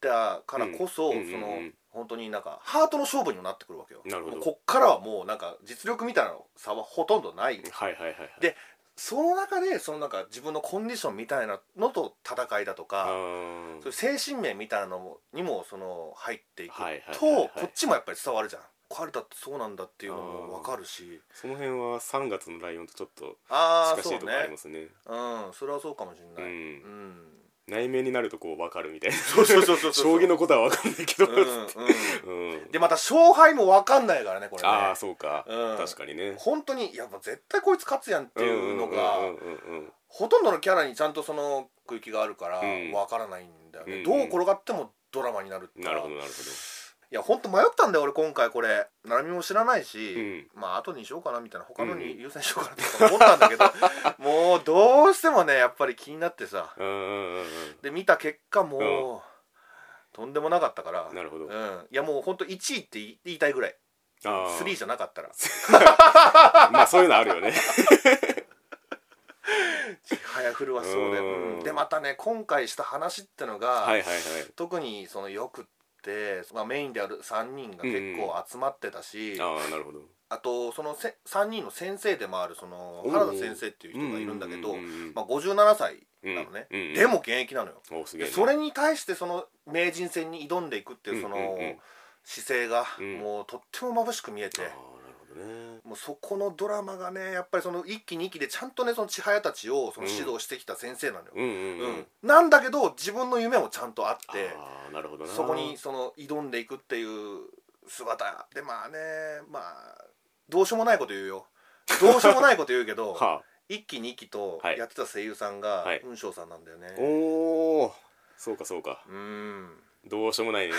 [SPEAKER 2] たからこそ、
[SPEAKER 1] うんうんうん
[SPEAKER 2] その本当になんかハートの勝負にもなってくるわけよ
[SPEAKER 1] なるほど
[SPEAKER 2] もうこっからはもうなんか実力みたいな差はほとんどない、
[SPEAKER 1] はいはいはいはい
[SPEAKER 2] でその中でそのなんか自分のコンディションみたいなのと戦いだと
[SPEAKER 1] あ
[SPEAKER 2] か、
[SPEAKER 1] ー
[SPEAKER 2] そういう精神面みたいなのもにもその入っていくと、
[SPEAKER 1] はいはいはいはい
[SPEAKER 2] こっちもやっぱり伝わるじゃんカルタってそうなんだっていうのも分かるし
[SPEAKER 1] その辺は3月のライオンとちょっと
[SPEAKER 2] ああ
[SPEAKER 1] 近し
[SPEAKER 2] そう
[SPEAKER 1] いとこあり
[SPEAKER 2] ね
[SPEAKER 1] ますね
[SPEAKER 2] うんそれはそうかもしれ
[SPEAKER 1] う
[SPEAKER 2] ない、
[SPEAKER 1] ん
[SPEAKER 2] うん、
[SPEAKER 1] 内面になるとこう分かるみたいな
[SPEAKER 2] そうそうそう [laughs] そう
[SPEAKER 1] 将棋のことは分かんないけど
[SPEAKER 2] うん
[SPEAKER 1] [laughs]
[SPEAKER 2] うん
[SPEAKER 1] うん
[SPEAKER 2] でまた勝敗も分かんないからねこれね
[SPEAKER 1] ああそうか
[SPEAKER 2] うん
[SPEAKER 1] 確かにね
[SPEAKER 2] 本当にやっぱ絶対こいつ勝つやんっていうのが、
[SPEAKER 1] うんうんうんうん
[SPEAKER 2] ほとんどのキャラにちゃんとその空気があるから
[SPEAKER 1] うん
[SPEAKER 2] 分からないんだよね、
[SPEAKER 1] うんうん
[SPEAKER 2] どう転がってもドラマになるって
[SPEAKER 1] なるほど
[SPEAKER 2] い
[SPEAKER 1] なる
[SPEAKER 2] や本当迷ったんだよ俺今回これななみも知らないし、
[SPEAKER 1] うん
[SPEAKER 2] まあ後にしようかなみたいな他の
[SPEAKER 1] うん
[SPEAKER 2] に優先しようかなとか思ったん
[SPEAKER 1] [laughs]
[SPEAKER 2] だけど、もうどうしてもねやっぱり気になってさ
[SPEAKER 1] ほどうんうんうん
[SPEAKER 2] で見た結果もう、とんでもなかったから
[SPEAKER 1] うんなるほ
[SPEAKER 2] う
[SPEAKER 1] ど
[SPEAKER 2] ん、いやもう本当1位って言い言いたいぐらい
[SPEAKER 1] あー
[SPEAKER 2] 3じゃなかったら
[SPEAKER 1] まあそういうのあるよ
[SPEAKER 2] [laughs]
[SPEAKER 1] ね
[SPEAKER 2] 早振るはそうで、
[SPEAKER 1] うん
[SPEAKER 2] うんでまたね今回した話ってのが、
[SPEAKER 1] はいはいはい
[SPEAKER 2] 特にそのよくって、まあ、メインである3人が結構集まってたし、あ
[SPEAKER 1] ああなるほど
[SPEAKER 2] とそのせ3人の先生でもあるその
[SPEAKER 1] おう
[SPEAKER 2] 原田先生っていう人がいるんだけ
[SPEAKER 1] う
[SPEAKER 2] ど、
[SPEAKER 1] ううんうん
[SPEAKER 2] まあ、57歳なのね、
[SPEAKER 1] うんうん
[SPEAKER 2] でも現役なのよ。
[SPEAKER 1] おすげえ
[SPEAKER 2] で
[SPEAKER 1] ね
[SPEAKER 2] それに対してその名人戦に挑んでいくっていうその
[SPEAKER 1] うんうんうん
[SPEAKER 2] 姿勢が
[SPEAKER 1] うん
[SPEAKER 2] もうとっても眩しく見え
[SPEAKER 1] あ
[SPEAKER 2] て
[SPEAKER 1] あなるほどね
[SPEAKER 2] もうそこのドラマがねやっぱりその1期2期でちゃんとねその千早たちをその指導してきた先生なのよ、
[SPEAKER 1] うんうんう
[SPEAKER 2] うんんなんだけど自分の夢もちゃんとあって
[SPEAKER 1] ああなるほどな
[SPEAKER 2] そこにその挑んでいくっていう姿でまあねまあどうしようもないこと言うよどうしようもないこと言うけど
[SPEAKER 1] [laughs] は
[SPEAKER 2] 一期二期と
[SPEAKER 1] はい
[SPEAKER 2] やってた声優さんが
[SPEAKER 1] はい
[SPEAKER 2] 雲翔さんなんだよね、
[SPEAKER 1] あおおそうかそうか
[SPEAKER 2] うん
[SPEAKER 1] どうしようもない
[SPEAKER 2] [laughs]
[SPEAKER 1] ね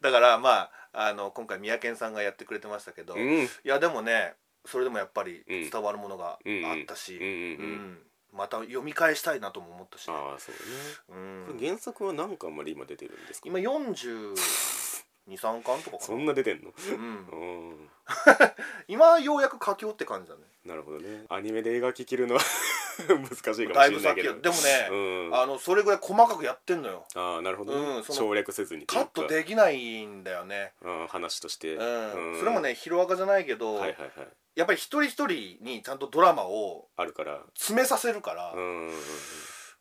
[SPEAKER 2] だからまああの今回三宅さんがやってくれてましたけど、
[SPEAKER 1] う
[SPEAKER 2] い
[SPEAKER 1] ん
[SPEAKER 2] やでもねそれでもやっぱり
[SPEAKER 1] うん
[SPEAKER 2] 伝わるものがあったし、
[SPEAKER 1] うんうんうん
[SPEAKER 2] うんまた読み返したいなとも思ったし、
[SPEAKER 1] ああそうね
[SPEAKER 2] う
[SPEAKER 1] こ
[SPEAKER 2] ん、
[SPEAKER 1] れ原作は何巻まで今出てるんですか
[SPEAKER 2] 今423巻とかか
[SPEAKER 1] そ
[SPEAKER 2] な、
[SPEAKER 1] んな出てんの
[SPEAKER 2] うん
[SPEAKER 1] うん
[SPEAKER 2] 今ようやく佳境って感じだね
[SPEAKER 1] なるほどねアニメで描ききるのは [laughs] 難しいかも
[SPEAKER 2] だい
[SPEAKER 1] しれな
[SPEAKER 2] ぶさ
[SPEAKER 1] い
[SPEAKER 2] っ
[SPEAKER 1] け
[SPEAKER 2] き
[SPEAKER 1] ど
[SPEAKER 2] よでもね、
[SPEAKER 1] うん
[SPEAKER 2] あのそれぐらい細かくやってんのよ
[SPEAKER 1] ああなるほどね、
[SPEAKER 2] うんその
[SPEAKER 1] 省略せずにとい
[SPEAKER 2] カ
[SPEAKER 1] う
[SPEAKER 2] ッ
[SPEAKER 1] か
[SPEAKER 2] トできないんだよね
[SPEAKER 1] うん、話として、
[SPEAKER 2] うん、
[SPEAKER 1] うん
[SPEAKER 2] それもねヒロアカじゃないけど、
[SPEAKER 1] はいはいはい
[SPEAKER 2] やっぱり一人一人にちゃんとドラマを
[SPEAKER 1] あるから
[SPEAKER 2] 詰めさせるから、
[SPEAKER 1] うんうんうん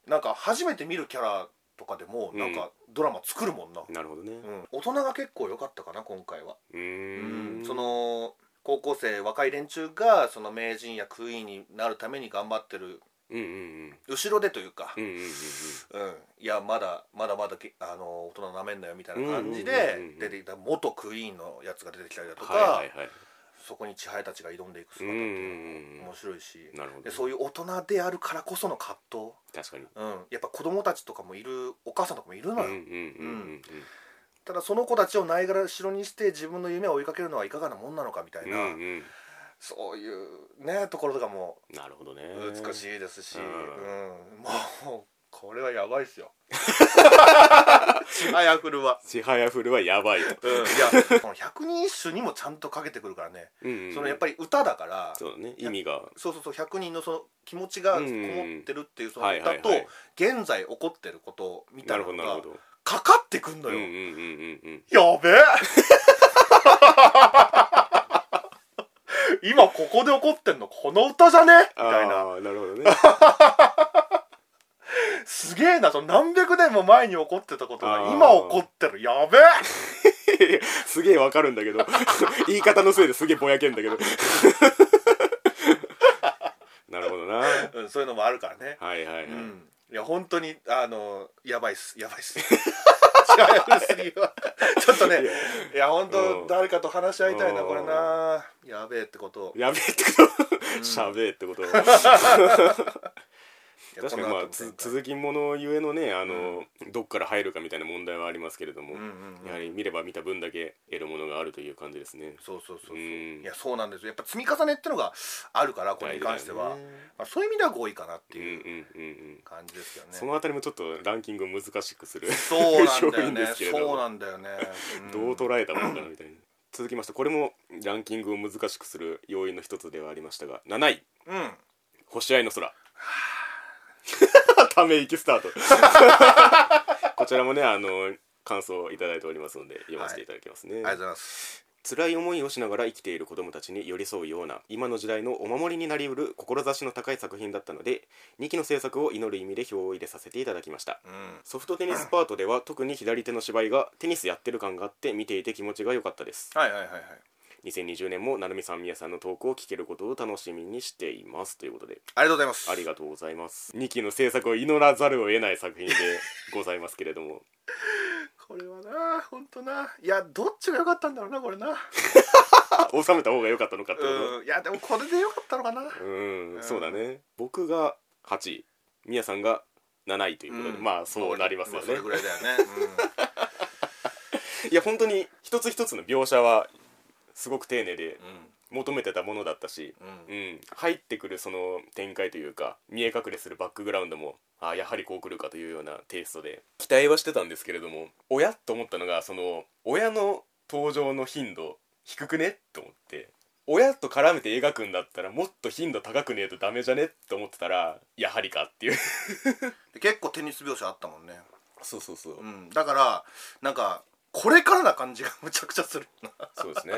[SPEAKER 2] なんか初めて見るキャラとかでもなんかドラマ作るもんな、
[SPEAKER 1] なるほどね
[SPEAKER 2] うん大人が結構良かったかな今回は、
[SPEAKER 1] うーん
[SPEAKER 2] うんその高校生若い連中がその名人やクイーンになるために頑張ってる
[SPEAKER 1] うんうんうん
[SPEAKER 2] 後ろでというか
[SPEAKER 1] うんう、んうんうん
[SPEAKER 2] うん、いやまだまだまだけあの大人なめんなよみたいな感じ
[SPEAKER 1] うんうんうんうんう
[SPEAKER 2] で
[SPEAKER 1] ん
[SPEAKER 2] 出てきた元クイーンのやつが出てきたりだとか、
[SPEAKER 1] はいはいはい
[SPEAKER 2] そこに千早たちが挑んでいく姿
[SPEAKER 1] う
[SPEAKER 2] っ
[SPEAKER 1] ん
[SPEAKER 2] て
[SPEAKER 1] うう
[SPEAKER 2] いうんのも
[SPEAKER 1] ん
[SPEAKER 2] 面白いし、
[SPEAKER 1] なるほど、
[SPEAKER 2] でそういう大人であるからこその葛藤、
[SPEAKER 1] 確かに
[SPEAKER 2] うん、やっぱ子供たちとかもいるお母さんとかもいるのよ、
[SPEAKER 1] うんうんうんうん
[SPEAKER 2] ただその子たちをないがらしろにして自分の夢を追いかけるのはいかがなもんなのかみたい
[SPEAKER 1] うんう
[SPEAKER 2] な、
[SPEAKER 1] んうん
[SPEAKER 2] そういうねところとかも
[SPEAKER 1] なるほどね
[SPEAKER 2] 美しいですし、
[SPEAKER 1] うん
[SPEAKER 2] うんもうこれはやばいっ
[SPEAKER 1] [laughs]
[SPEAKER 2] すよあやふるは
[SPEAKER 1] ちはやふるはやばいよ、
[SPEAKER 2] うんいやこの [laughs] 百人一首にもちゃんとかけてくるからね、
[SPEAKER 1] うんうんうん
[SPEAKER 2] そのやっぱり歌だから
[SPEAKER 1] そうだね意味が
[SPEAKER 2] そうそうそう100人のその気持ちがこもってるっていうその
[SPEAKER 1] はいは
[SPEAKER 2] 歌
[SPEAKER 1] い
[SPEAKER 2] と
[SPEAKER 1] はい
[SPEAKER 2] 現在起こってることみた
[SPEAKER 1] ないるほど
[SPEAKER 2] なの
[SPEAKER 1] なるほ
[SPEAKER 2] が
[SPEAKER 1] ど
[SPEAKER 2] かかってくんの
[SPEAKER 1] うん
[SPEAKER 2] よ、
[SPEAKER 1] うんうんうん
[SPEAKER 2] やべえ [laughs] 今ここで起こってんのこの歌じゃねみ
[SPEAKER 1] あ
[SPEAKER 2] たいな
[SPEAKER 1] あーなるほどね
[SPEAKER 2] すげえなその何百年も前に起こってたこと
[SPEAKER 1] あ
[SPEAKER 2] が
[SPEAKER 1] ー
[SPEAKER 2] 今起こってるやべえ
[SPEAKER 1] [laughs] すげえわかるんだけど [laughs] 言い方のせいですげえぼやけんだけど [laughs] なるほどなは
[SPEAKER 2] うん、そういうのもあるからね、
[SPEAKER 1] いはいはい、
[SPEAKER 2] うんいや本当にあのやばいっすやばいっす違うすぎ
[SPEAKER 1] [laughs]
[SPEAKER 2] はちょっとね
[SPEAKER 1] いや
[SPEAKER 2] いや本
[SPEAKER 1] う
[SPEAKER 2] 当
[SPEAKER 1] ん
[SPEAKER 2] 誰かと話し合いたいな
[SPEAKER 1] うん
[SPEAKER 2] これなやべえってことを
[SPEAKER 1] やべえってことしゃべえって [laughs] こと
[SPEAKER 2] いや
[SPEAKER 1] 確かに
[SPEAKER 2] この
[SPEAKER 1] まあ
[SPEAKER 2] 後の
[SPEAKER 1] つ
[SPEAKER 2] 展開
[SPEAKER 1] 続きものゆえのねあの、どっから入るかみたいな問題はありますけれども、
[SPEAKER 2] うんうんうん
[SPEAKER 1] やはり見れば見た分だけ得るものがあるという感じですね
[SPEAKER 2] そうそうそうそううんいやそうなんですよやっぱ積み重ねってのがあるからこれに関しては、
[SPEAKER 1] 大事だよね
[SPEAKER 2] まあ、そういう意味では合意かなって
[SPEAKER 1] うんうん
[SPEAKER 2] いう
[SPEAKER 1] うんうん
[SPEAKER 2] 感じですよね、
[SPEAKER 1] そのあたりもちょっとランキングを難しくする
[SPEAKER 2] そうなんだ
[SPEAKER 1] 表
[SPEAKER 2] よ
[SPEAKER 1] 現で
[SPEAKER 2] ね
[SPEAKER 1] すけれども
[SPEAKER 2] そうなんだよね、ん
[SPEAKER 1] どう捉えたものかなみたいな続きましてこれもランキングを難しくする要因の一つではありましたが7位
[SPEAKER 2] うん
[SPEAKER 1] 星合いの空 [laughs] ため息スタート [laughs] こちらもねあの感想をいただいておりますので読ませていただきますね、
[SPEAKER 2] ありがとうございます
[SPEAKER 1] 辛い思いをしながら生きている子どもたちに寄り添うような今の時代のお守りになりうる志の高い作品だったので2期の制作を祈る意味で票を入れさせていただきました
[SPEAKER 2] うん
[SPEAKER 1] ソフトテニスパートでは特に左手の芝居がテニスやってる感があって見ていて気持ちが良かったです
[SPEAKER 2] はいはいはいはい
[SPEAKER 1] 2020年も成美さん宮さんのトークを聞けることを楽しみにしていますということで
[SPEAKER 2] ありがとうございます
[SPEAKER 1] ありがとうございます2期の制作を祈らざるを得ない作品でございますけれども
[SPEAKER 2] これはな本当ないやどっちが良かったんだろうなこれな
[SPEAKER 1] あ収めた方が良かったのかってこと、
[SPEAKER 2] うんいやでもこれで良かったのかな
[SPEAKER 1] うん、
[SPEAKER 2] うん
[SPEAKER 1] そうだね僕が8位みやさんが7位ということで、
[SPEAKER 2] うん
[SPEAKER 1] まあそうなりますよ
[SPEAKER 2] そ
[SPEAKER 1] ね、
[SPEAKER 2] れぐらいだよね、
[SPEAKER 1] いや本当に一つ一つの描写はすごく丁寧で
[SPEAKER 2] う
[SPEAKER 1] 求めてたものだったし、
[SPEAKER 2] んうん
[SPEAKER 1] う
[SPEAKER 2] うん
[SPEAKER 1] ん、入ってくるその展開というか見え隠れするバックグラウンドもああやはりこう来るかというようなテイストで期待はしてたんですけれども親と思ったのがその親の登場の頻度低くねと思って親と絡めて描くんだったらもっと頻度高くねえとダメじゃねと思ってたらやはりかっていう
[SPEAKER 2] で結構テニス描写あったもんね、
[SPEAKER 1] そうそうそう
[SPEAKER 2] うん、だからなんかこれからな感じが [laughs] むちゃくちゃする
[SPEAKER 1] [laughs] そうですね、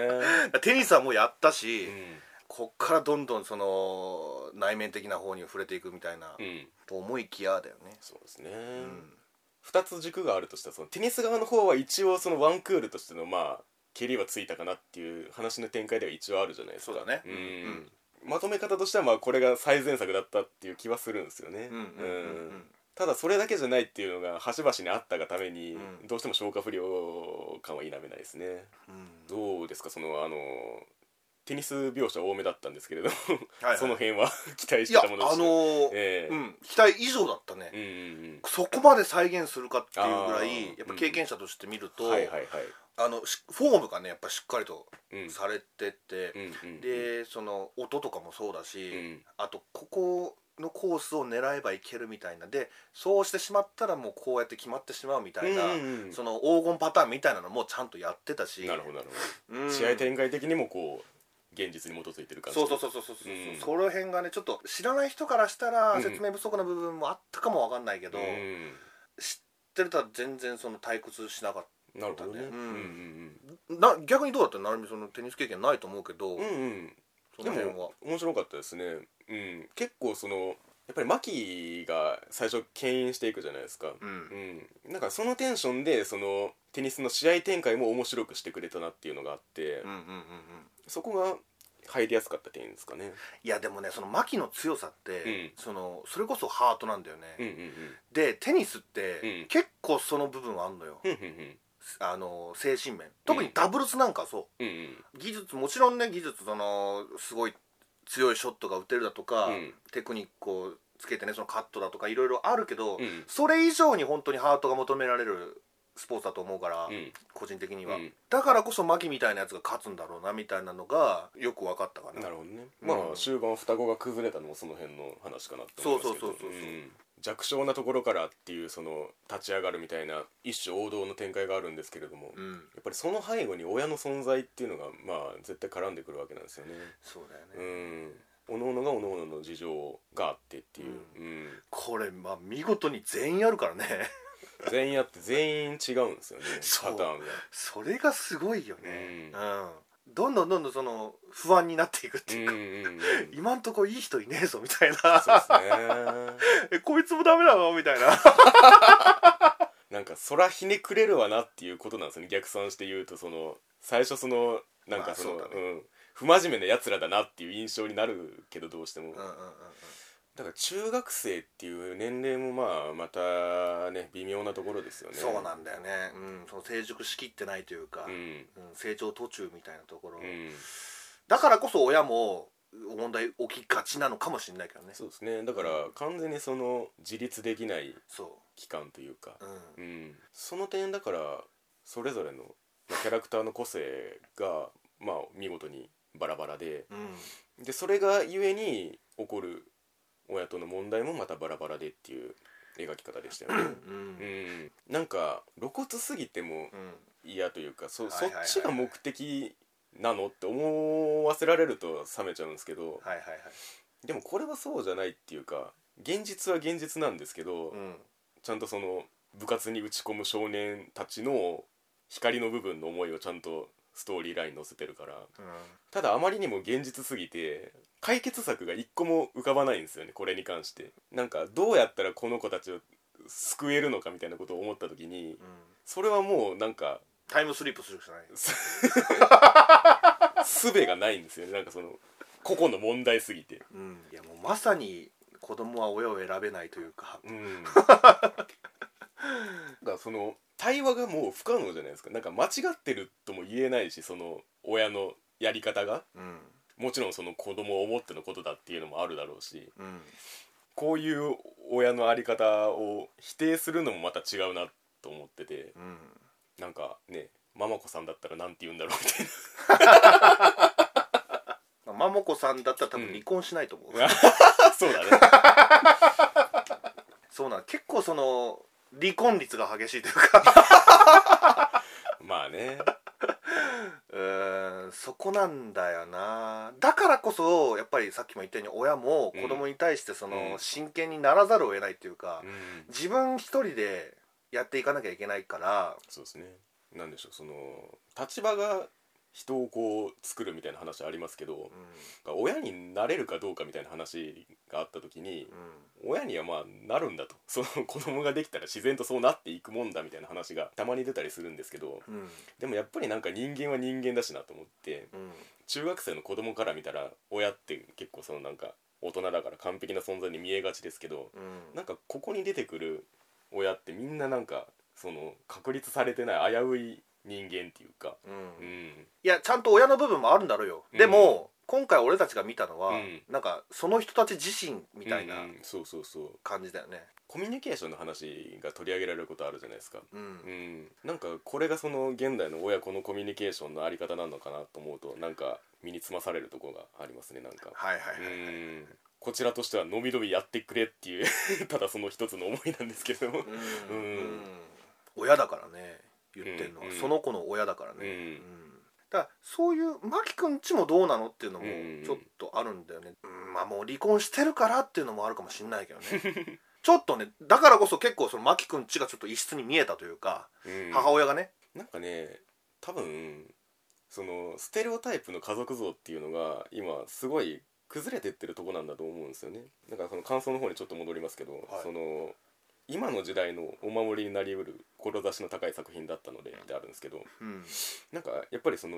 [SPEAKER 2] なテニスはもうやったし、
[SPEAKER 1] うん
[SPEAKER 2] こっからどんどんその内面的な方に触れていくみたいな、
[SPEAKER 1] うん、
[SPEAKER 2] と思いきやだよね
[SPEAKER 1] そうですね、
[SPEAKER 2] うん
[SPEAKER 1] 2つ軸があるとしたらそのテニス側の方は一応そのワンクールとしてのまあ蹴りはついたかなっていう話の展開では一応あるじゃないですか
[SPEAKER 2] そうだね
[SPEAKER 1] うん
[SPEAKER 2] うん
[SPEAKER 1] まとめ方としてはまあこれが最善策だったっていう気はするんですよね
[SPEAKER 2] うんうんうんうん
[SPEAKER 1] うんただそれだけじゃないっていうのが端々にあったがために、
[SPEAKER 2] うん
[SPEAKER 1] どうしても消化不良感は否めないですね
[SPEAKER 2] うん
[SPEAKER 1] どうですかそのあのテニス描写多めだったんですけれども、
[SPEAKER 2] はい
[SPEAKER 1] その辺は [laughs] 期待し
[SPEAKER 2] い
[SPEAKER 1] て
[SPEAKER 2] やあ
[SPEAKER 1] たもので
[SPEAKER 2] の
[SPEAKER 1] した
[SPEAKER 2] ー
[SPEAKER 1] ええ
[SPEAKER 2] うん、期待以上だったね、
[SPEAKER 1] うんうん
[SPEAKER 2] そこまで再現するかっていうぐら
[SPEAKER 1] あ
[SPEAKER 2] い
[SPEAKER 1] ー
[SPEAKER 2] やっぱ経験者として見る
[SPEAKER 1] う
[SPEAKER 2] と、
[SPEAKER 1] んはいはいはい
[SPEAKER 2] あのしフォームがねやっぱしっかりと
[SPEAKER 1] うん
[SPEAKER 2] されてて、
[SPEAKER 1] うんうんうん
[SPEAKER 2] でその音とかもそうだし、
[SPEAKER 1] うん
[SPEAKER 2] あとここのコースを狙えばいけるみたいなでそうしてしまったらもうこうやって決まってしまうみたいな、
[SPEAKER 1] うんうんうん
[SPEAKER 2] その黄金パターンみたいなのもちゃんとやってたし
[SPEAKER 1] なるほどなるほ
[SPEAKER 2] う
[SPEAKER 1] ど
[SPEAKER 2] ん
[SPEAKER 1] 試合展開的にもこう現実に基づいてる感じ
[SPEAKER 2] そうそうそうそうそうそう、
[SPEAKER 1] うん
[SPEAKER 2] その辺がねちょっと知らない人からしたら
[SPEAKER 1] うん
[SPEAKER 2] 説明不足な部分もあったかもわかんないけど、
[SPEAKER 1] ん
[SPEAKER 2] 知ってるとは全然その退屈しなかっ
[SPEAKER 1] なるほどね
[SPEAKER 2] だねうん
[SPEAKER 1] うん
[SPEAKER 2] たな逆にどうだったの成美そのテニス経験ないと思うけど、
[SPEAKER 1] うんうん
[SPEAKER 2] そ
[SPEAKER 1] で
[SPEAKER 2] の辺は
[SPEAKER 1] も面白かったですねうん結構そのやっぱりマキが最初牽引していくじゃないですか
[SPEAKER 2] うん、
[SPEAKER 1] うんなんかそのテンションでそのテニスの試合展開も面白くしてくれたなっていうのがあって
[SPEAKER 2] うんうんうんうん
[SPEAKER 1] そこが入りやすかった点ですかね
[SPEAKER 2] いやでもねその牧の強さって、
[SPEAKER 1] うん
[SPEAKER 2] そのそれこそハートなんだよね、
[SPEAKER 1] うんうん
[SPEAKER 2] でテニスって、
[SPEAKER 1] うん
[SPEAKER 2] 結構その部分はあんのよ、
[SPEAKER 1] うんうんうん
[SPEAKER 2] あの精神面特にダブルスなんかはそ
[SPEAKER 1] うんうん
[SPEAKER 2] う技術もちろんね技術そのすごい強いショットが打てるだとか、
[SPEAKER 1] うん
[SPEAKER 2] テクニックをつけてねそのカットだとかいろいろあるけど、
[SPEAKER 1] うん
[SPEAKER 2] それ以上に本当にハートが求められるスポーツだと思うから、
[SPEAKER 1] うん
[SPEAKER 2] 個人的には、
[SPEAKER 1] うん
[SPEAKER 2] だからこそ牧みたいなやつが勝つんだろうなみたいなのがよく分かったかな
[SPEAKER 1] なるほどね、
[SPEAKER 2] うん
[SPEAKER 1] まあ終盤双子が崩れたのもその辺の話かなと思いますけど
[SPEAKER 2] そうそうそうそうそうん
[SPEAKER 1] 弱小なところからっていうその立ち上がるみたいな一種王道の展開があるんですけれども、や
[SPEAKER 2] うん
[SPEAKER 1] っぱりその背後に親の存在っていうのがまあ絶対絡んでくるわけなんですよね。
[SPEAKER 2] そうだよね、
[SPEAKER 1] うん各々が各々の事情があってっていう、
[SPEAKER 2] う
[SPEAKER 1] うん
[SPEAKER 2] これまあ見事に全員やるからね [laughs]
[SPEAKER 1] 全員やって全員違うんですよね
[SPEAKER 2] そう
[SPEAKER 1] パターンが。
[SPEAKER 2] それがすごいよ
[SPEAKER 1] う
[SPEAKER 2] ね
[SPEAKER 1] ん
[SPEAKER 2] うん、どんどんどんどんその不安になっていくって
[SPEAKER 1] うん
[SPEAKER 2] いう
[SPEAKER 1] う
[SPEAKER 2] か、
[SPEAKER 1] んう
[SPEAKER 2] [laughs]
[SPEAKER 1] ん、
[SPEAKER 2] 今んとこいい人いねえぞみたいな
[SPEAKER 1] そうですね
[SPEAKER 2] [laughs] えこいつもダメだわみた
[SPEAKER 1] [laughs]
[SPEAKER 2] いな
[SPEAKER 1] なんか空ひねくれるわなっていうことなんですよね逆算して言うとその最初そのなんかその、
[SPEAKER 2] まあそうだ
[SPEAKER 1] うん、不真面目なやつらだなっていう印象になるけどどうしても、
[SPEAKER 2] うんうんうん
[SPEAKER 1] だから中学生っていう年齢もまあまたね微妙なところですよね
[SPEAKER 2] そうなんだよね、うん、その成熟しきってないというか、
[SPEAKER 1] う
[SPEAKER 2] うん
[SPEAKER 1] ん
[SPEAKER 2] 成長途中みたいなところ、
[SPEAKER 1] うん
[SPEAKER 2] だからこそ親も問題起きがちなのかもしれないけどね
[SPEAKER 1] そうですねだから完全にその自立できない
[SPEAKER 2] そ
[SPEAKER 1] 期間というか
[SPEAKER 2] う、う、、
[SPEAKER 1] うんん、その点だからそれぞれのまあキャラクターの個性がまあ見事にバラバラで、
[SPEAKER 2] うん、
[SPEAKER 1] でそれがゆえに起こる親との問題もまたバラバラでっていう描き方でしたよね。
[SPEAKER 2] う、
[SPEAKER 1] うんん、なんか露骨すぎても
[SPEAKER 2] うん、
[SPEAKER 1] 嫌というかそ
[SPEAKER 2] はい
[SPEAKER 1] そっ
[SPEAKER 2] はいはいはい
[SPEAKER 1] ちが目的なのって思わせられると冷めちゃうんですけど
[SPEAKER 2] はいはいはい、
[SPEAKER 1] でもこれはそうじゃないっていうか現実は現実なんですけど
[SPEAKER 2] うん、
[SPEAKER 1] ちゃんとその部活に打ち込む少年たちの光の部分の思いをちゃんとストーリーラインに載せてるから
[SPEAKER 2] う
[SPEAKER 1] ただあまりにも現実すぎて解決策が一個も浮かばないんですよねこれに関してなんかどうやったらこの子たちを救えるのかみたいなことを思った時に
[SPEAKER 2] ん、
[SPEAKER 1] それはもうなんか
[SPEAKER 2] タイムスリップするしかない
[SPEAKER 1] 術がないんですよねなんかその個々の問題すぎて
[SPEAKER 2] うん、いやもうまさに子供は親を選べないというか、
[SPEAKER 1] うん [laughs] だからその対話がもう不可能じゃないですかなんか間違ってるとも言えないしその親のやり方が
[SPEAKER 2] うん
[SPEAKER 1] もちろんその子供を思ってのことだっていうのもあるだろうし
[SPEAKER 2] うん、
[SPEAKER 1] こういう親のあり方を否定するのもまた違うなと思ってて
[SPEAKER 2] うん、
[SPEAKER 1] なんかねママ子さんだったらなんて言うんだろうみたい
[SPEAKER 2] まもこさんだったら多分離婚しないと思う、
[SPEAKER 1] な [laughs] そうだね
[SPEAKER 2] そうなん結構その離婚率が激しいというか
[SPEAKER 1] まあね
[SPEAKER 2] うーんそこなんだよなだからこそやっぱりさっきも言ったように親も子供に対してその、
[SPEAKER 1] うん
[SPEAKER 2] 真剣にならざるを得ないというか、
[SPEAKER 1] うん
[SPEAKER 2] 自分一人でやっていかなきゃいけないから
[SPEAKER 1] そうですねなんでしょうその立場が人をこう作るみたいな話ありますけど親になれるかどうかみたいな話があった時に
[SPEAKER 2] うん、うん
[SPEAKER 1] 親にはまあなるんだとその子供ができたら自然とそうなっていくもんだみたいな話がたまに出たりするんですけど
[SPEAKER 2] うん
[SPEAKER 1] でもやっぱりなんか人間は人間だしなと思って
[SPEAKER 2] うん
[SPEAKER 1] 中学生の子供から見たら親って結構そのなんか大人だから完璧な存在に見えがちですけど
[SPEAKER 2] うん
[SPEAKER 1] なんかここに出てくる親ってみんななんかその確立されてない危うい人間っていうか
[SPEAKER 2] うん
[SPEAKER 1] うん
[SPEAKER 2] いやちゃんと親の部分もあるんだろうよ、
[SPEAKER 1] うん
[SPEAKER 2] でも今回俺たちが見たのは、
[SPEAKER 1] うん
[SPEAKER 2] なんかその人たち自身みたいな
[SPEAKER 1] うんうんそうそうそう
[SPEAKER 2] 感じだよね
[SPEAKER 1] コミュニケーションの話が取り上げられることあるじゃないですか
[SPEAKER 2] うん、
[SPEAKER 1] うんなんかこれがその現代の親子のコミュニケーションのあり方なのかなと思うとなんか身につまされるところがありますねなんか
[SPEAKER 2] はいはいは
[SPEAKER 1] う
[SPEAKER 2] い、
[SPEAKER 1] んこちらとしてはのびのびやってくれっていう [laughs] ただその一つの思いなんですけども
[SPEAKER 2] うん
[SPEAKER 1] うん
[SPEAKER 2] うん親だからね言ってんのは、
[SPEAKER 1] うんうん
[SPEAKER 2] その子の親だからね、
[SPEAKER 1] うん
[SPEAKER 2] だからそういう真木君ちもどうなのっていうのも
[SPEAKER 1] うん
[SPEAKER 2] ちょっとあるんだよね、うんまあもう離婚してるからっていうのもあるかもしんないけどねちょっとねだからこそ結構その真木君ちがちょっと異質に見えたというか、
[SPEAKER 1] うん
[SPEAKER 2] 母親がね
[SPEAKER 1] なんかね多分そのステレオタイプの家族像っていうのが今すごい崩れてってるとこなんだと思うんですよねだからその感想の方にちょっと戻りますけど、
[SPEAKER 2] い
[SPEAKER 1] その今の時代のお守りになりうる志の高い作品だったのでってあるんですけど
[SPEAKER 2] うん
[SPEAKER 1] なんかやっぱりその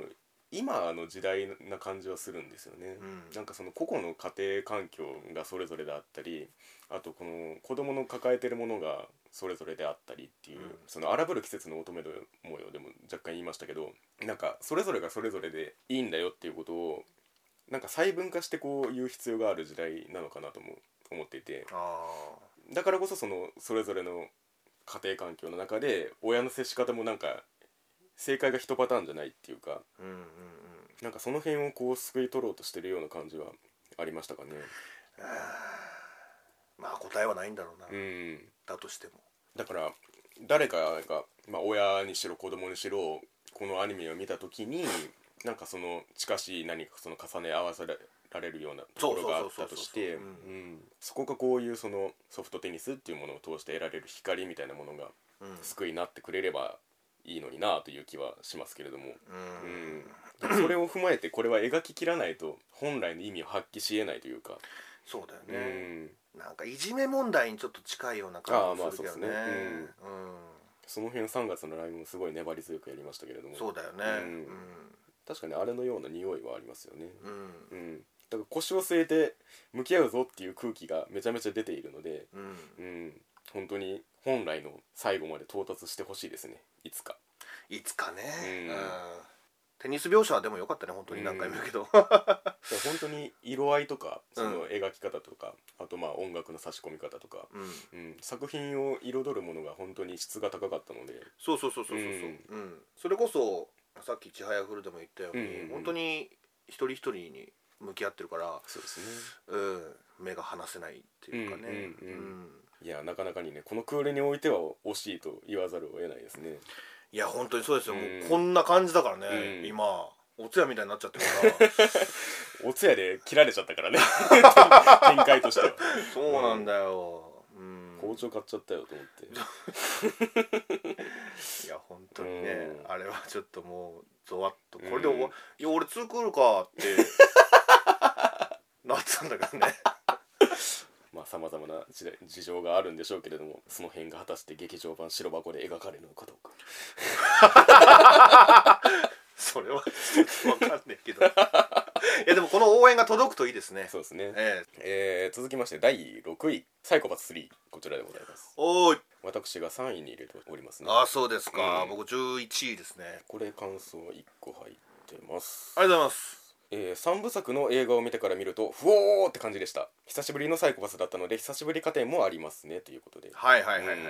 [SPEAKER 1] 今の時代な感じはするんですよね、
[SPEAKER 2] うん
[SPEAKER 1] なんかその個々の家庭環境がそれぞれであったりあとこの子供の抱えてるものがそれぞれであったりっていう、
[SPEAKER 2] うん
[SPEAKER 1] その荒ぶる季節の乙女模様でも若干言いましたけどなんかそれぞれがそれぞれでいいんだよっていうことをなんか細分化してこう言う必要がある時代なのかなとも思っていて
[SPEAKER 2] ああ
[SPEAKER 1] だからこそそのそれぞれの家庭環境の中で親の接し方もなんか正解が一パターンじゃないっていうか
[SPEAKER 2] うんうんうん
[SPEAKER 1] なんかその辺をこう救い取ろうとしてるような感じはありましたかね
[SPEAKER 2] まあ答えはないんだろうな、
[SPEAKER 1] うん
[SPEAKER 2] だとしても
[SPEAKER 1] だから誰かが、まあ、親にしろ子供にしろこのアニメを見た時になんかその近しい何かその重ね合わせられるようなところがあったとして
[SPEAKER 2] そうそうそうそう
[SPEAKER 1] うんそこがこういうそのソフトテニスっていうものを通して得られる光みたいなものが
[SPEAKER 2] うん、
[SPEAKER 1] 救いになってくれればいいのになという気はしますけれども、
[SPEAKER 2] う
[SPEAKER 1] うんん、だからそれを踏まえてこれは描ききらないと本来の意味を発揮しえないというか、
[SPEAKER 2] そうだよ
[SPEAKER 1] う
[SPEAKER 2] ね、
[SPEAKER 1] ん、
[SPEAKER 2] なんかいじめ問題にちょっと近いような感じ
[SPEAKER 1] あーまあ
[SPEAKER 2] するけど
[SPEAKER 1] そ
[SPEAKER 2] ね
[SPEAKER 1] うですね
[SPEAKER 2] うん、
[SPEAKER 1] その辺3月のライブもすごい粘り強くやりましたけれども
[SPEAKER 2] そうだよね
[SPEAKER 1] うん確かにあれのような匂いはありますよね
[SPEAKER 2] うんうん
[SPEAKER 1] うんだから腰を据えて向き合うぞっていう空気がめちゃめちゃ出ているので
[SPEAKER 2] うん
[SPEAKER 1] うん本当に本来の最後まで到達してほしいですねいつか
[SPEAKER 2] いつかね、
[SPEAKER 1] うん
[SPEAKER 2] うんテニス描写はでもよかったね本当に何回も言うけど、
[SPEAKER 1] だから本当に色合いとかその
[SPEAKER 2] う
[SPEAKER 1] 描き方とか、あとまあ音楽の差し込み方とか、
[SPEAKER 2] [laughs] うん、
[SPEAKER 1] うん、作品を彩るものが本当に質が高かったので
[SPEAKER 2] そうそうそうそうそうそう、うんそれこそさっきちはやふるでも言ったように、
[SPEAKER 1] うんうんうん
[SPEAKER 2] 本当に一人一人に向き合ってるから、
[SPEAKER 1] そうですね
[SPEAKER 2] うん、目が離せないっていうかね、
[SPEAKER 1] うんうんうんいやなかなかにねこのクールにおいては惜しいと言わざるを得ないですね
[SPEAKER 2] いや本当にそうですよ、
[SPEAKER 1] うん
[SPEAKER 2] もうこんな感じだからね、
[SPEAKER 1] うん
[SPEAKER 2] 今お通夜みたいになっちゃってる
[SPEAKER 1] [laughs]
[SPEAKER 2] から
[SPEAKER 1] お通夜で切られちゃったからね [laughs] 展開としては
[SPEAKER 2] そうなんだよ、うん、
[SPEAKER 1] 包丁買っちゃったよと思って
[SPEAKER 2] いや本当にね、
[SPEAKER 1] うん
[SPEAKER 2] あれはちょっともうゾワッとこれで
[SPEAKER 1] うん
[SPEAKER 2] 終わ、いや俺2クールかってなってたんだけどね [laughs]
[SPEAKER 1] まあさまざまな時代事情があるんでしょうけれどもその辺が果たして劇場版白箱で描かれるのかどうか
[SPEAKER 2] それはちょっと分かんないけどいやでもこの応援が届くといいですね
[SPEAKER 1] そうですね
[SPEAKER 2] ええ
[SPEAKER 1] えー続きまして第6位サイコパス3こちらでございます
[SPEAKER 2] おーい
[SPEAKER 1] 私が3位に入れておりますね
[SPEAKER 2] ああそうですか、
[SPEAKER 1] うん
[SPEAKER 2] 僕11位ですね
[SPEAKER 1] これ感想1個入ってます
[SPEAKER 2] ありがとうございます
[SPEAKER 1] え3部作の映画を見てから見るとふおーって感じでした久しぶりのサイコパスだったので久しぶり加点もありますねということで
[SPEAKER 2] はいはいはいはいはい、
[SPEAKER 1] うん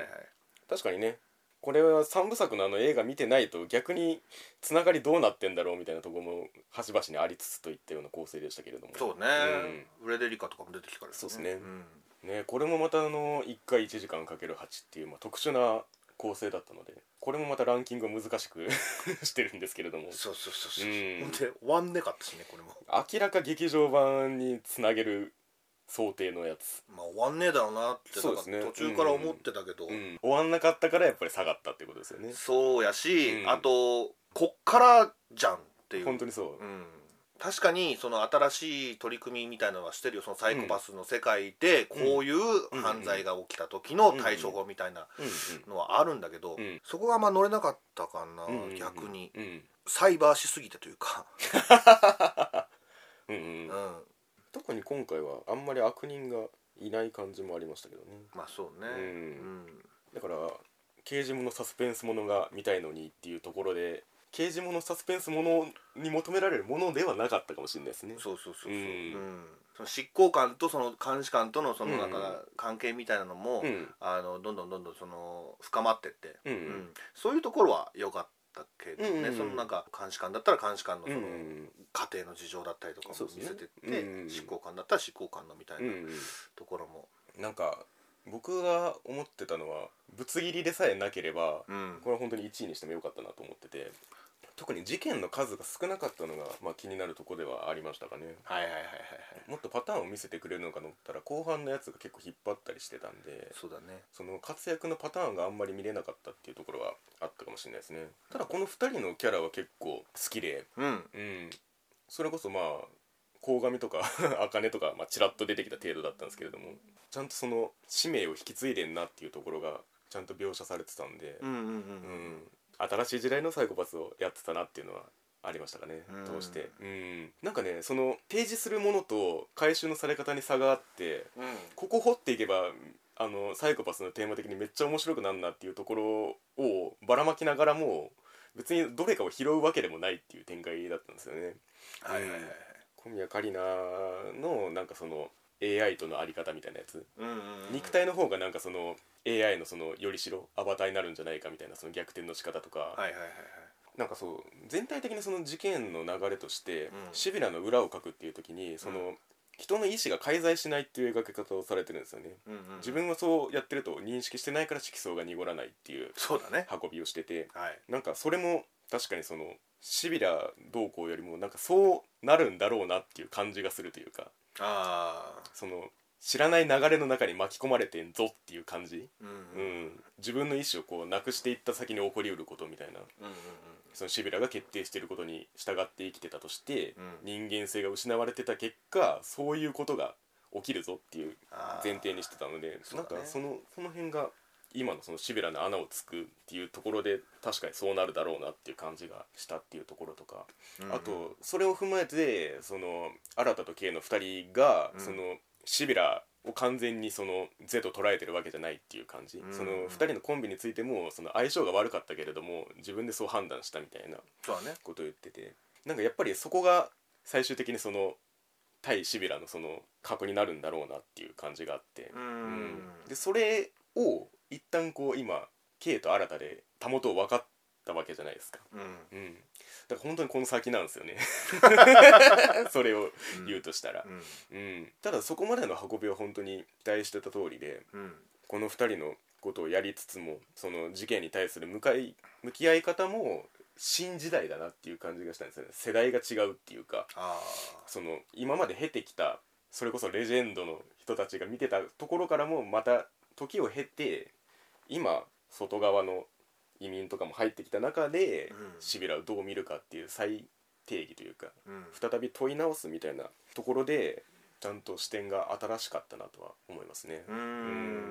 [SPEAKER 1] 確かにねこれは3部作のあの映画見てないと逆につながりどうなってんだろうみたいなところも端々にありつつといったような構成でしたけれども
[SPEAKER 2] そうね、フレデリカとかも出てきたから
[SPEAKER 1] そうですね
[SPEAKER 2] うん
[SPEAKER 1] ねこれもまたあの1回1時間かける8っていう、まあ、特殊な構成だったのでこれもまたランキングを難しく [laughs] してるんですけれども
[SPEAKER 2] そうそうそうそう、
[SPEAKER 1] うん
[SPEAKER 2] ほんで終わんねかったしねこれも
[SPEAKER 1] 明らか劇場版につなげる想定のやつ、
[SPEAKER 2] まあ終わんねえだろうなって
[SPEAKER 1] そう
[SPEAKER 2] な
[SPEAKER 1] で
[SPEAKER 2] んか
[SPEAKER 1] すね
[SPEAKER 2] 途中から思ってたけど、
[SPEAKER 1] うん、終わんなかったからやっぱり下がったっていうことですよね
[SPEAKER 2] そうやし、
[SPEAKER 1] うん
[SPEAKER 2] あとこっからじゃんっていう
[SPEAKER 1] 本当にそう、
[SPEAKER 2] うん、確かにその新しい取り組みみたいなのはしてるよそのサイコパスの世界でこういう犯罪が起きた時の対処法みたいな
[SPEAKER 1] うん
[SPEAKER 2] のはあるんだけど、
[SPEAKER 1] うん
[SPEAKER 2] そこがあんま乗れなかったかな、
[SPEAKER 1] うんうん
[SPEAKER 2] 逆に
[SPEAKER 1] うん
[SPEAKER 2] サイバーしすぎてというか、
[SPEAKER 1] うんう
[SPEAKER 2] うんん、
[SPEAKER 1] うん特に今回はあんまり悪人がいない感じもありましたけどね
[SPEAKER 2] まあそうね、
[SPEAKER 1] うんだから刑事ものサスペンスものが見たいのにっていうところで刑事ものサスペンスものに求められるものではなかったかもしれないですね
[SPEAKER 2] うんそうそうそうそう、
[SPEAKER 1] うん
[SPEAKER 2] その執行官とその監視官とのそのなん
[SPEAKER 1] うんう
[SPEAKER 2] か関係みたいなのも、
[SPEAKER 1] うん
[SPEAKER 2] あのどんどんどんどんその深まってって、
[SPEAKER 1] うん
[SPEAKER 2] うんそういうところは良かったけどね、
[SPEAKER 1] うんうんうん
[SPEAKER 2] そのなんか監視官だったら監視官の
[SPEAKER 1] う
[SPEAKER 2] そ
[SPEAKER 1] ん
[SPEAKER 2] の
[SPEAKER 1] うん
[SPEAKER 2] 家庭の事情だったりとかも
[SPEAKER 1] そうですね
[SPEAKER 2] 見せてって、
[SPEAKER 1] うんうん
[SPEAKER 2] 執行官だったら執行官のみたい
[SPEAKER 1] うん
[SPEAKER 2] な
[SPEAKER 1] うん
[SPEAKER 2] ところも、
[SPEAKER 1] なんか僕が思ってたのはぶつ切りでさえなければ
[SPEAKER 2] うん
[SPEAKER 1] これは本当に1位にしてもよかったなと思ってて特に事件の数が少なかったのが、まあ、気になるとこではありましたかね
[SPEAKER 2] はいはいはいはいはい
[SPEAKER 1] もっとパターンを見せてくれるのかと思ったら後半のやつが結構引っ張ったりしてたんで
[SPEAKER 2] そうだね
[SPEAKER 1] その活躍のパターンがあんまり見れなかったっていうところはあったかもしれないですねただこの2人のキャラは結構好きで
[SPEAKER 2] うん
[SPEAKER 1] うんそれこそまあ鴻上とか [laughs] 茜とか、まあ、ちらっと出てきた程度だったんですけれどもちゃんとその使命を引き継いでんなっていうところがちゃんと描写されてたんで、
[SPEAKER 2] うんうんうん
[SPEAKER 1] うん、新しい時代のサイコパスをやってたなっていうのはありましたかね、
[SPEAKER 2] うん
[SPEAKER 1] 通して、うん、なんかねその提示するものと回収のされ方に差があって
[SPEAKER 2] うん
[SPEAKER 1] ここ掘っていけばあのサイコパスのテーマ的にめっちゃ面白くなるなっていうところをばらまきながらも別にどれかを拾うわけでもないっていう展開だったんですよね。
[SPEAKER 2] はいはいはい
[SPEAKER 1] 小宮カリナのなんかその AI とのあり方みたいなやつ
[SPEAKER 2] うんうんうん
[SPEAKER 1] 肉体の方がなんかその AI のそのよりしろアバターになるんじゃないかみたいなその逆転の仕方とか、
[SPEAKER 2] はいはいはいはい
[SPEAKER 1] なんかそう全体的なその事件の流れとして、
[SPEAKER 2] ん
[SPEAKER 1] シビラの裏を書くっていう時にその、
[SPEAKER 2] う
[SPEAKER 1] 人の意思が介在しないっていう描き方をされてるんですよね、
[SPEAKER 2] うんうん
[SPEAKER 1] 自分はそうやってると認識してないから色相が濁らないっていう
[SPEAKER 2] そうだね
[SPEAKER 1] 運びをしてて
[SPEAKER 2] はい
[SPEAKER 1] なんかそれも確かにそのシビラ動向よりもなんかそうなるんだろうなっていう感じがするというか
[SPEAKER 2] ああ
[SPEAKER 1] その知らない流れの中に巻き込まれてんぞっていう感じ、
[SPEAKER 2] うんうん
[SPEAKER 1] うん自分の意思をこうなくしていった先に起こりうることみたいな
[SPEAKER 2] うんうん
[SPEAKER 1] そのシビラが決定していることに従って生きてたとして、
[SPEAKER 2] うん
[SPEAKER 1] 人間性が失われてた結果そういうことが起きるぞっていう
[SPEAKER 2] あー
[SPEAKER 1] 前提にしてたので、
[SPEAKER 2] そう
[SPEAKER 1] なん
[SPEAKER 2] だ
[SPEAKER 1] か
[SPEAKER 2] ね
[SPEAKER 1] そのその辺が今のそのシビラの穴をつくっていうところで確かにそうなるだろうなっていう感じがしたっていうところとか、
[SPEAKER 2] うんうん
[SPEAKER 1] あとそれを踏まえてその新と K の2人が、
[SPEAKER 2] うん
[SPEAKER 1] そのシビラを完全にその是と捉えてるわけじゃないっていう感じ、
[SPEAKER 2] うん
[SPEAKER 1] その2人のコンビについてもその相性が悪かったけれども自分でそう判断したみたいな
[SPEAKER 2] そうだね
[SPEAKER 1] ことを言っててなんかやっぱりそこが最終的にその対シビラのその核になるんだろうなっていう感じがあって、
[SPEAKER 2] うん
[SPEAKER 1] うんでそれを一旦こう今 K と新でたもとを分かったわけじゃないですか。
[SPEAKER 2] うん
[SPEAKER 1] うん、だから本当にこの先なんですよ
[SPEAKER 2] [laughs]
[SPEAKER 1] ねそれを言うとしたら、
[SPEAKER 2] うん
[SPEAKER 1] うん、ただそこまでの運びは本当に期待してた通りで
[SPEAKER 2] うん
[SPEAKER 1] この2人のことをやりつつもその事件に対する向かい向き合い方も新時代だなっていう感じがしたんですよね世代が違うっていうか
[SPEAKER 2] あ
[SPEAKER 1] その今まで経てきたそれこそレジェンドの人たちが見てたところからもまた時を経て今外側の移民とかも入ってきた中で、
[SPEAKER 2] うん
[SPEAKER 1] シビラをどう見るかっていう再定義というか
[SPEAKER 2] あうん
[SPEAKER 1] 再び問い直すみたいなところでちゃんと視点が新しかったなとは思いますね。
[SPEAKER 2] うーん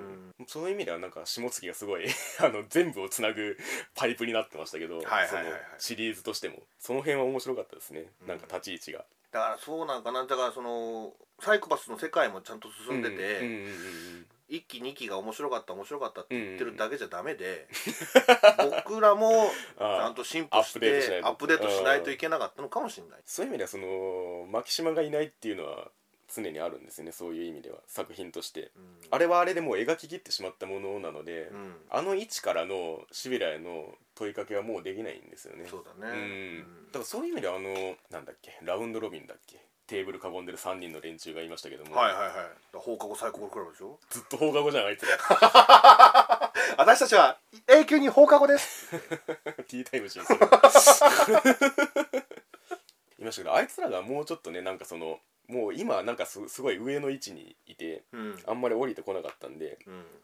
[SPEAKER 1] その意味ではなんか下月がすごい [laughs] あの全部をつなぐパイプになってましたけど、
[SPEAKER 2] いはいはいはい
[SPEAKER 1] そのシリーズとしてもその辺は面白かったですね、
[SPEAKER 2] うん
[SPEAKER 1] なんか立ち位置が
[SPEAKER 2] だからそうなんかなだからそのサイコパスの世界もちゃんと進んでて、
[SPEAKER 1] うんうんうん
[SPEAKER 2] 一期二期が面白かった面白かったって
[SPEAKER 1] うんうん
[SPEAKER 2] 言ってるだけじゃダ
[SPEAKER 1] [laughs]
[SPEAKER 2] メで、僕らもち
[SPEAKER 1] あ
[SPEAKER 2] ゃ
[SPEAKER 1] あ
[SPEAKER 2] んと進歩し
[SPEAKER 1] アップデートしてないと
[SPEAKER 2] アップデートしないといけなかったのかもしれない、
[SPEAKER 1] そういう意味ではその牧島がいないっていうのは常にあるんですよねそういう意味では作品として
[SPEAKER 2] うん
[SPEAKER 1] あれはあれでもう描ききってしまったものなので、
[SPEAKER 2] うん
[SPEAKER 1] あの位置からのシビラへの問いかけはもうできないんですよね
[SPEAKER 2] そうだ
[SPEAKER 1] う
[SPEAKER 2] ね、
[SPEAKER 1] ん、だからそういう意味ではあのなんだっけラウンドロビンだっけテーブル囲んでる3人の連中がいましたけども、
[SPEAKER 2] はいはいはいだから放課後最高クラブでしょ
[SPEAKER 1] ずっと放課後じゃんあい [laughs] つら
[SPEAKER 2] 私たちは永久に放課後です
[SPEAKER 1] ティータイムしますよいましたけどあいつらがもうちょっとねなんかそのもう今なんかすすごい上の位置にいて
[SPEAKER 2] うん、うん
[SPEAKER 1] あんまり降りてこなかったんで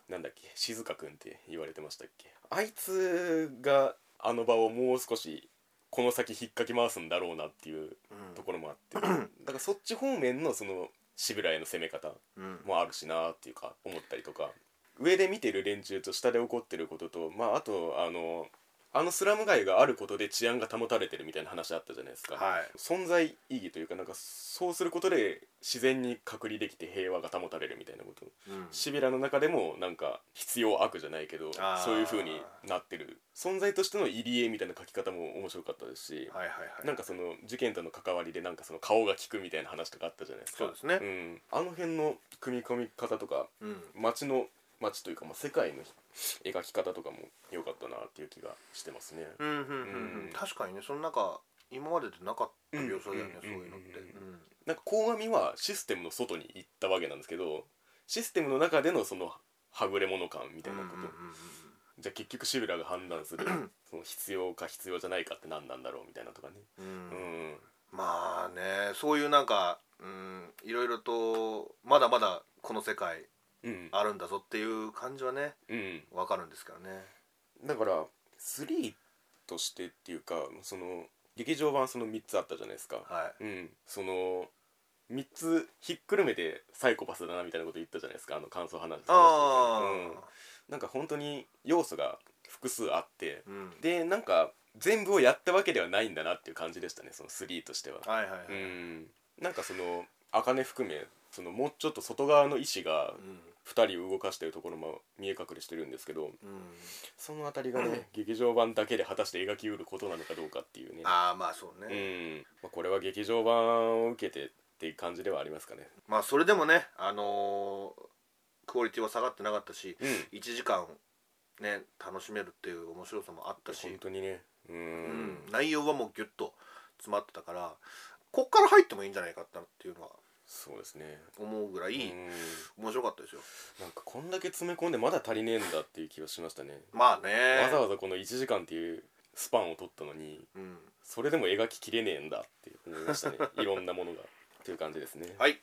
[SPEAKER 1] なんだっけ静香くんって言われてましたっけあいつがあの場をもう少しこの先引っかき回すんだろうなっていう
[SPEAKER 2] うん
[SPEAKER 1] ところもあって、だからそっち方面のその渋谷への攻め方
[SPEAKER 2] うん
[SPEAKER 1] もあるしなっていうか思ったりとか上で見てる連中と下で起こってることとまああとあのあのスラム街があることで治安が保たれてるみたいな話あったじゃないですか、
[SPEAKER 2] はい
[SPEAKER 1] 存在意義というかなんかそうすることで自然に隔離できて平和が保たれるみたいなこと
[SPEAKER 2] うん
[SPEAKER 1] シビラの中でもなんか必要悪じゃないけど
[SPEAKER 2] あー
[SPEAKER 1] そういう風になってる存在としての入り江みたいな書き方も面白かったですし、
[SPEAKER 2] はいはいはい
[SPEAKER 1] なんかその事件との関わりでなんかその顔が効くみたいな話とかあったじゃないですか
[SPEAKER 2] そうですね
[SPEAKER 1] ん、あの辺の組み込み方とか
[SPEAKER 2] うん
[SPEAKER 1] 街の街というか、まあ、世界の描き方とかも良かったなっていう気がしてますね、
[SPEAKER 2] うんうんうん
[SPEAKER 1] う
[SPEAKER 2] うんん確かにねそのなんか今まででなかった描写だよね、
[SPEAKER 1] うん
[SPEAKER 2] そういうのって、
[SPEAKER 1] うんうん
[SPEAKER 2] うん
[SPEAKER 1] なんか鴻上はシステムの外に行ったわけなんですけどシステムの中でのそのはぐれ者感みたいなこと、
[SPEAKER 2] うんうんうんうん
[SPEAKER 1] じゃあ結局シビラが判断
[SPEAKER 2] [clears throat]
[SPEAKER 1] するその必要か必要じゃないかって何なんだろうみたいなとかね
[SPEAKER 2] うん
[SPEAKER 1] うん
[SPEAKER 2] まあねそういうなんか、うん、いろいろとまだまだこの世界
[SPEAKER 1] うん
[SPEAKER 2] あるんだぞっていう感じはね
[SPEAKER 1] うん
[SPEAKER 2] わかるんですけどね
[SPEAKER 1] だから3としてっていうかその劇場版その3つあったじゃないですか、
[SPEAKER 2] は
[SPEAKER 1] うんその3つひっくるめてサイコパスだなみたいなこと言ったじゃないですかあの感想話して
[SPEAKER 2] あ
[SPEAKER 1] うん、なんか本当に要素が複数あって
[SPEAKER 2] いうん
[SPEAKER 1] でなんか全部をやったわけではないんだなっていう感じでしたねその3としては
[SPEAKER 2] はいはいはい、
[SPEAKER 1] うんなんかその茜含めそのもうちょっと外側の意志が2人を動かしてるところも見え隠れしてるんですけど
[SPEAKER 2] うんうん
[SPEAKER 1] その辺りがね劇場版だけで果たして描きうることなのかどうかっていうね
[SPEAKER 2] ああまあそう
[SPEAKER 1] うん
[SPEAKER 2] ね、
[SPEAKER 1] まあ、これは劇場版を受けてっていう感じではありますかね
[SPEAKER 2] まあそれでもねあのークオリティは下がってなかったし、
[SPEAKER 1] うん
[SPEAKER 2] 1時間ね楽しめるっていう面白さもあったし
[SPEAKER 1] 本、当にねうー
[SPEAKER 2] うんん、内容はもうギュッと詰まってたからこっから入ってもいいんじゃないかったっていうのは
[SPEAKER 1] そうですね
[SPEAKER 2] 思うぐらい
[SPEAKER 1] うん
[SPEAKER 2] 面白かったですよ、
[SPEAKER 1] なんかこんだけ詰め込んでまだ足りねえんだっていう気がしましたね
[SPEAKER 2] まあね
[SPEAKER 1] わざわざこの1時間っていうスパンを取ったのに
[SPEAKER 2] うん、
[SPEAKER 1] それでも描ききれねえんだって思いましたねいろんなものがっていう感じですね
[SPEAKER 2] はい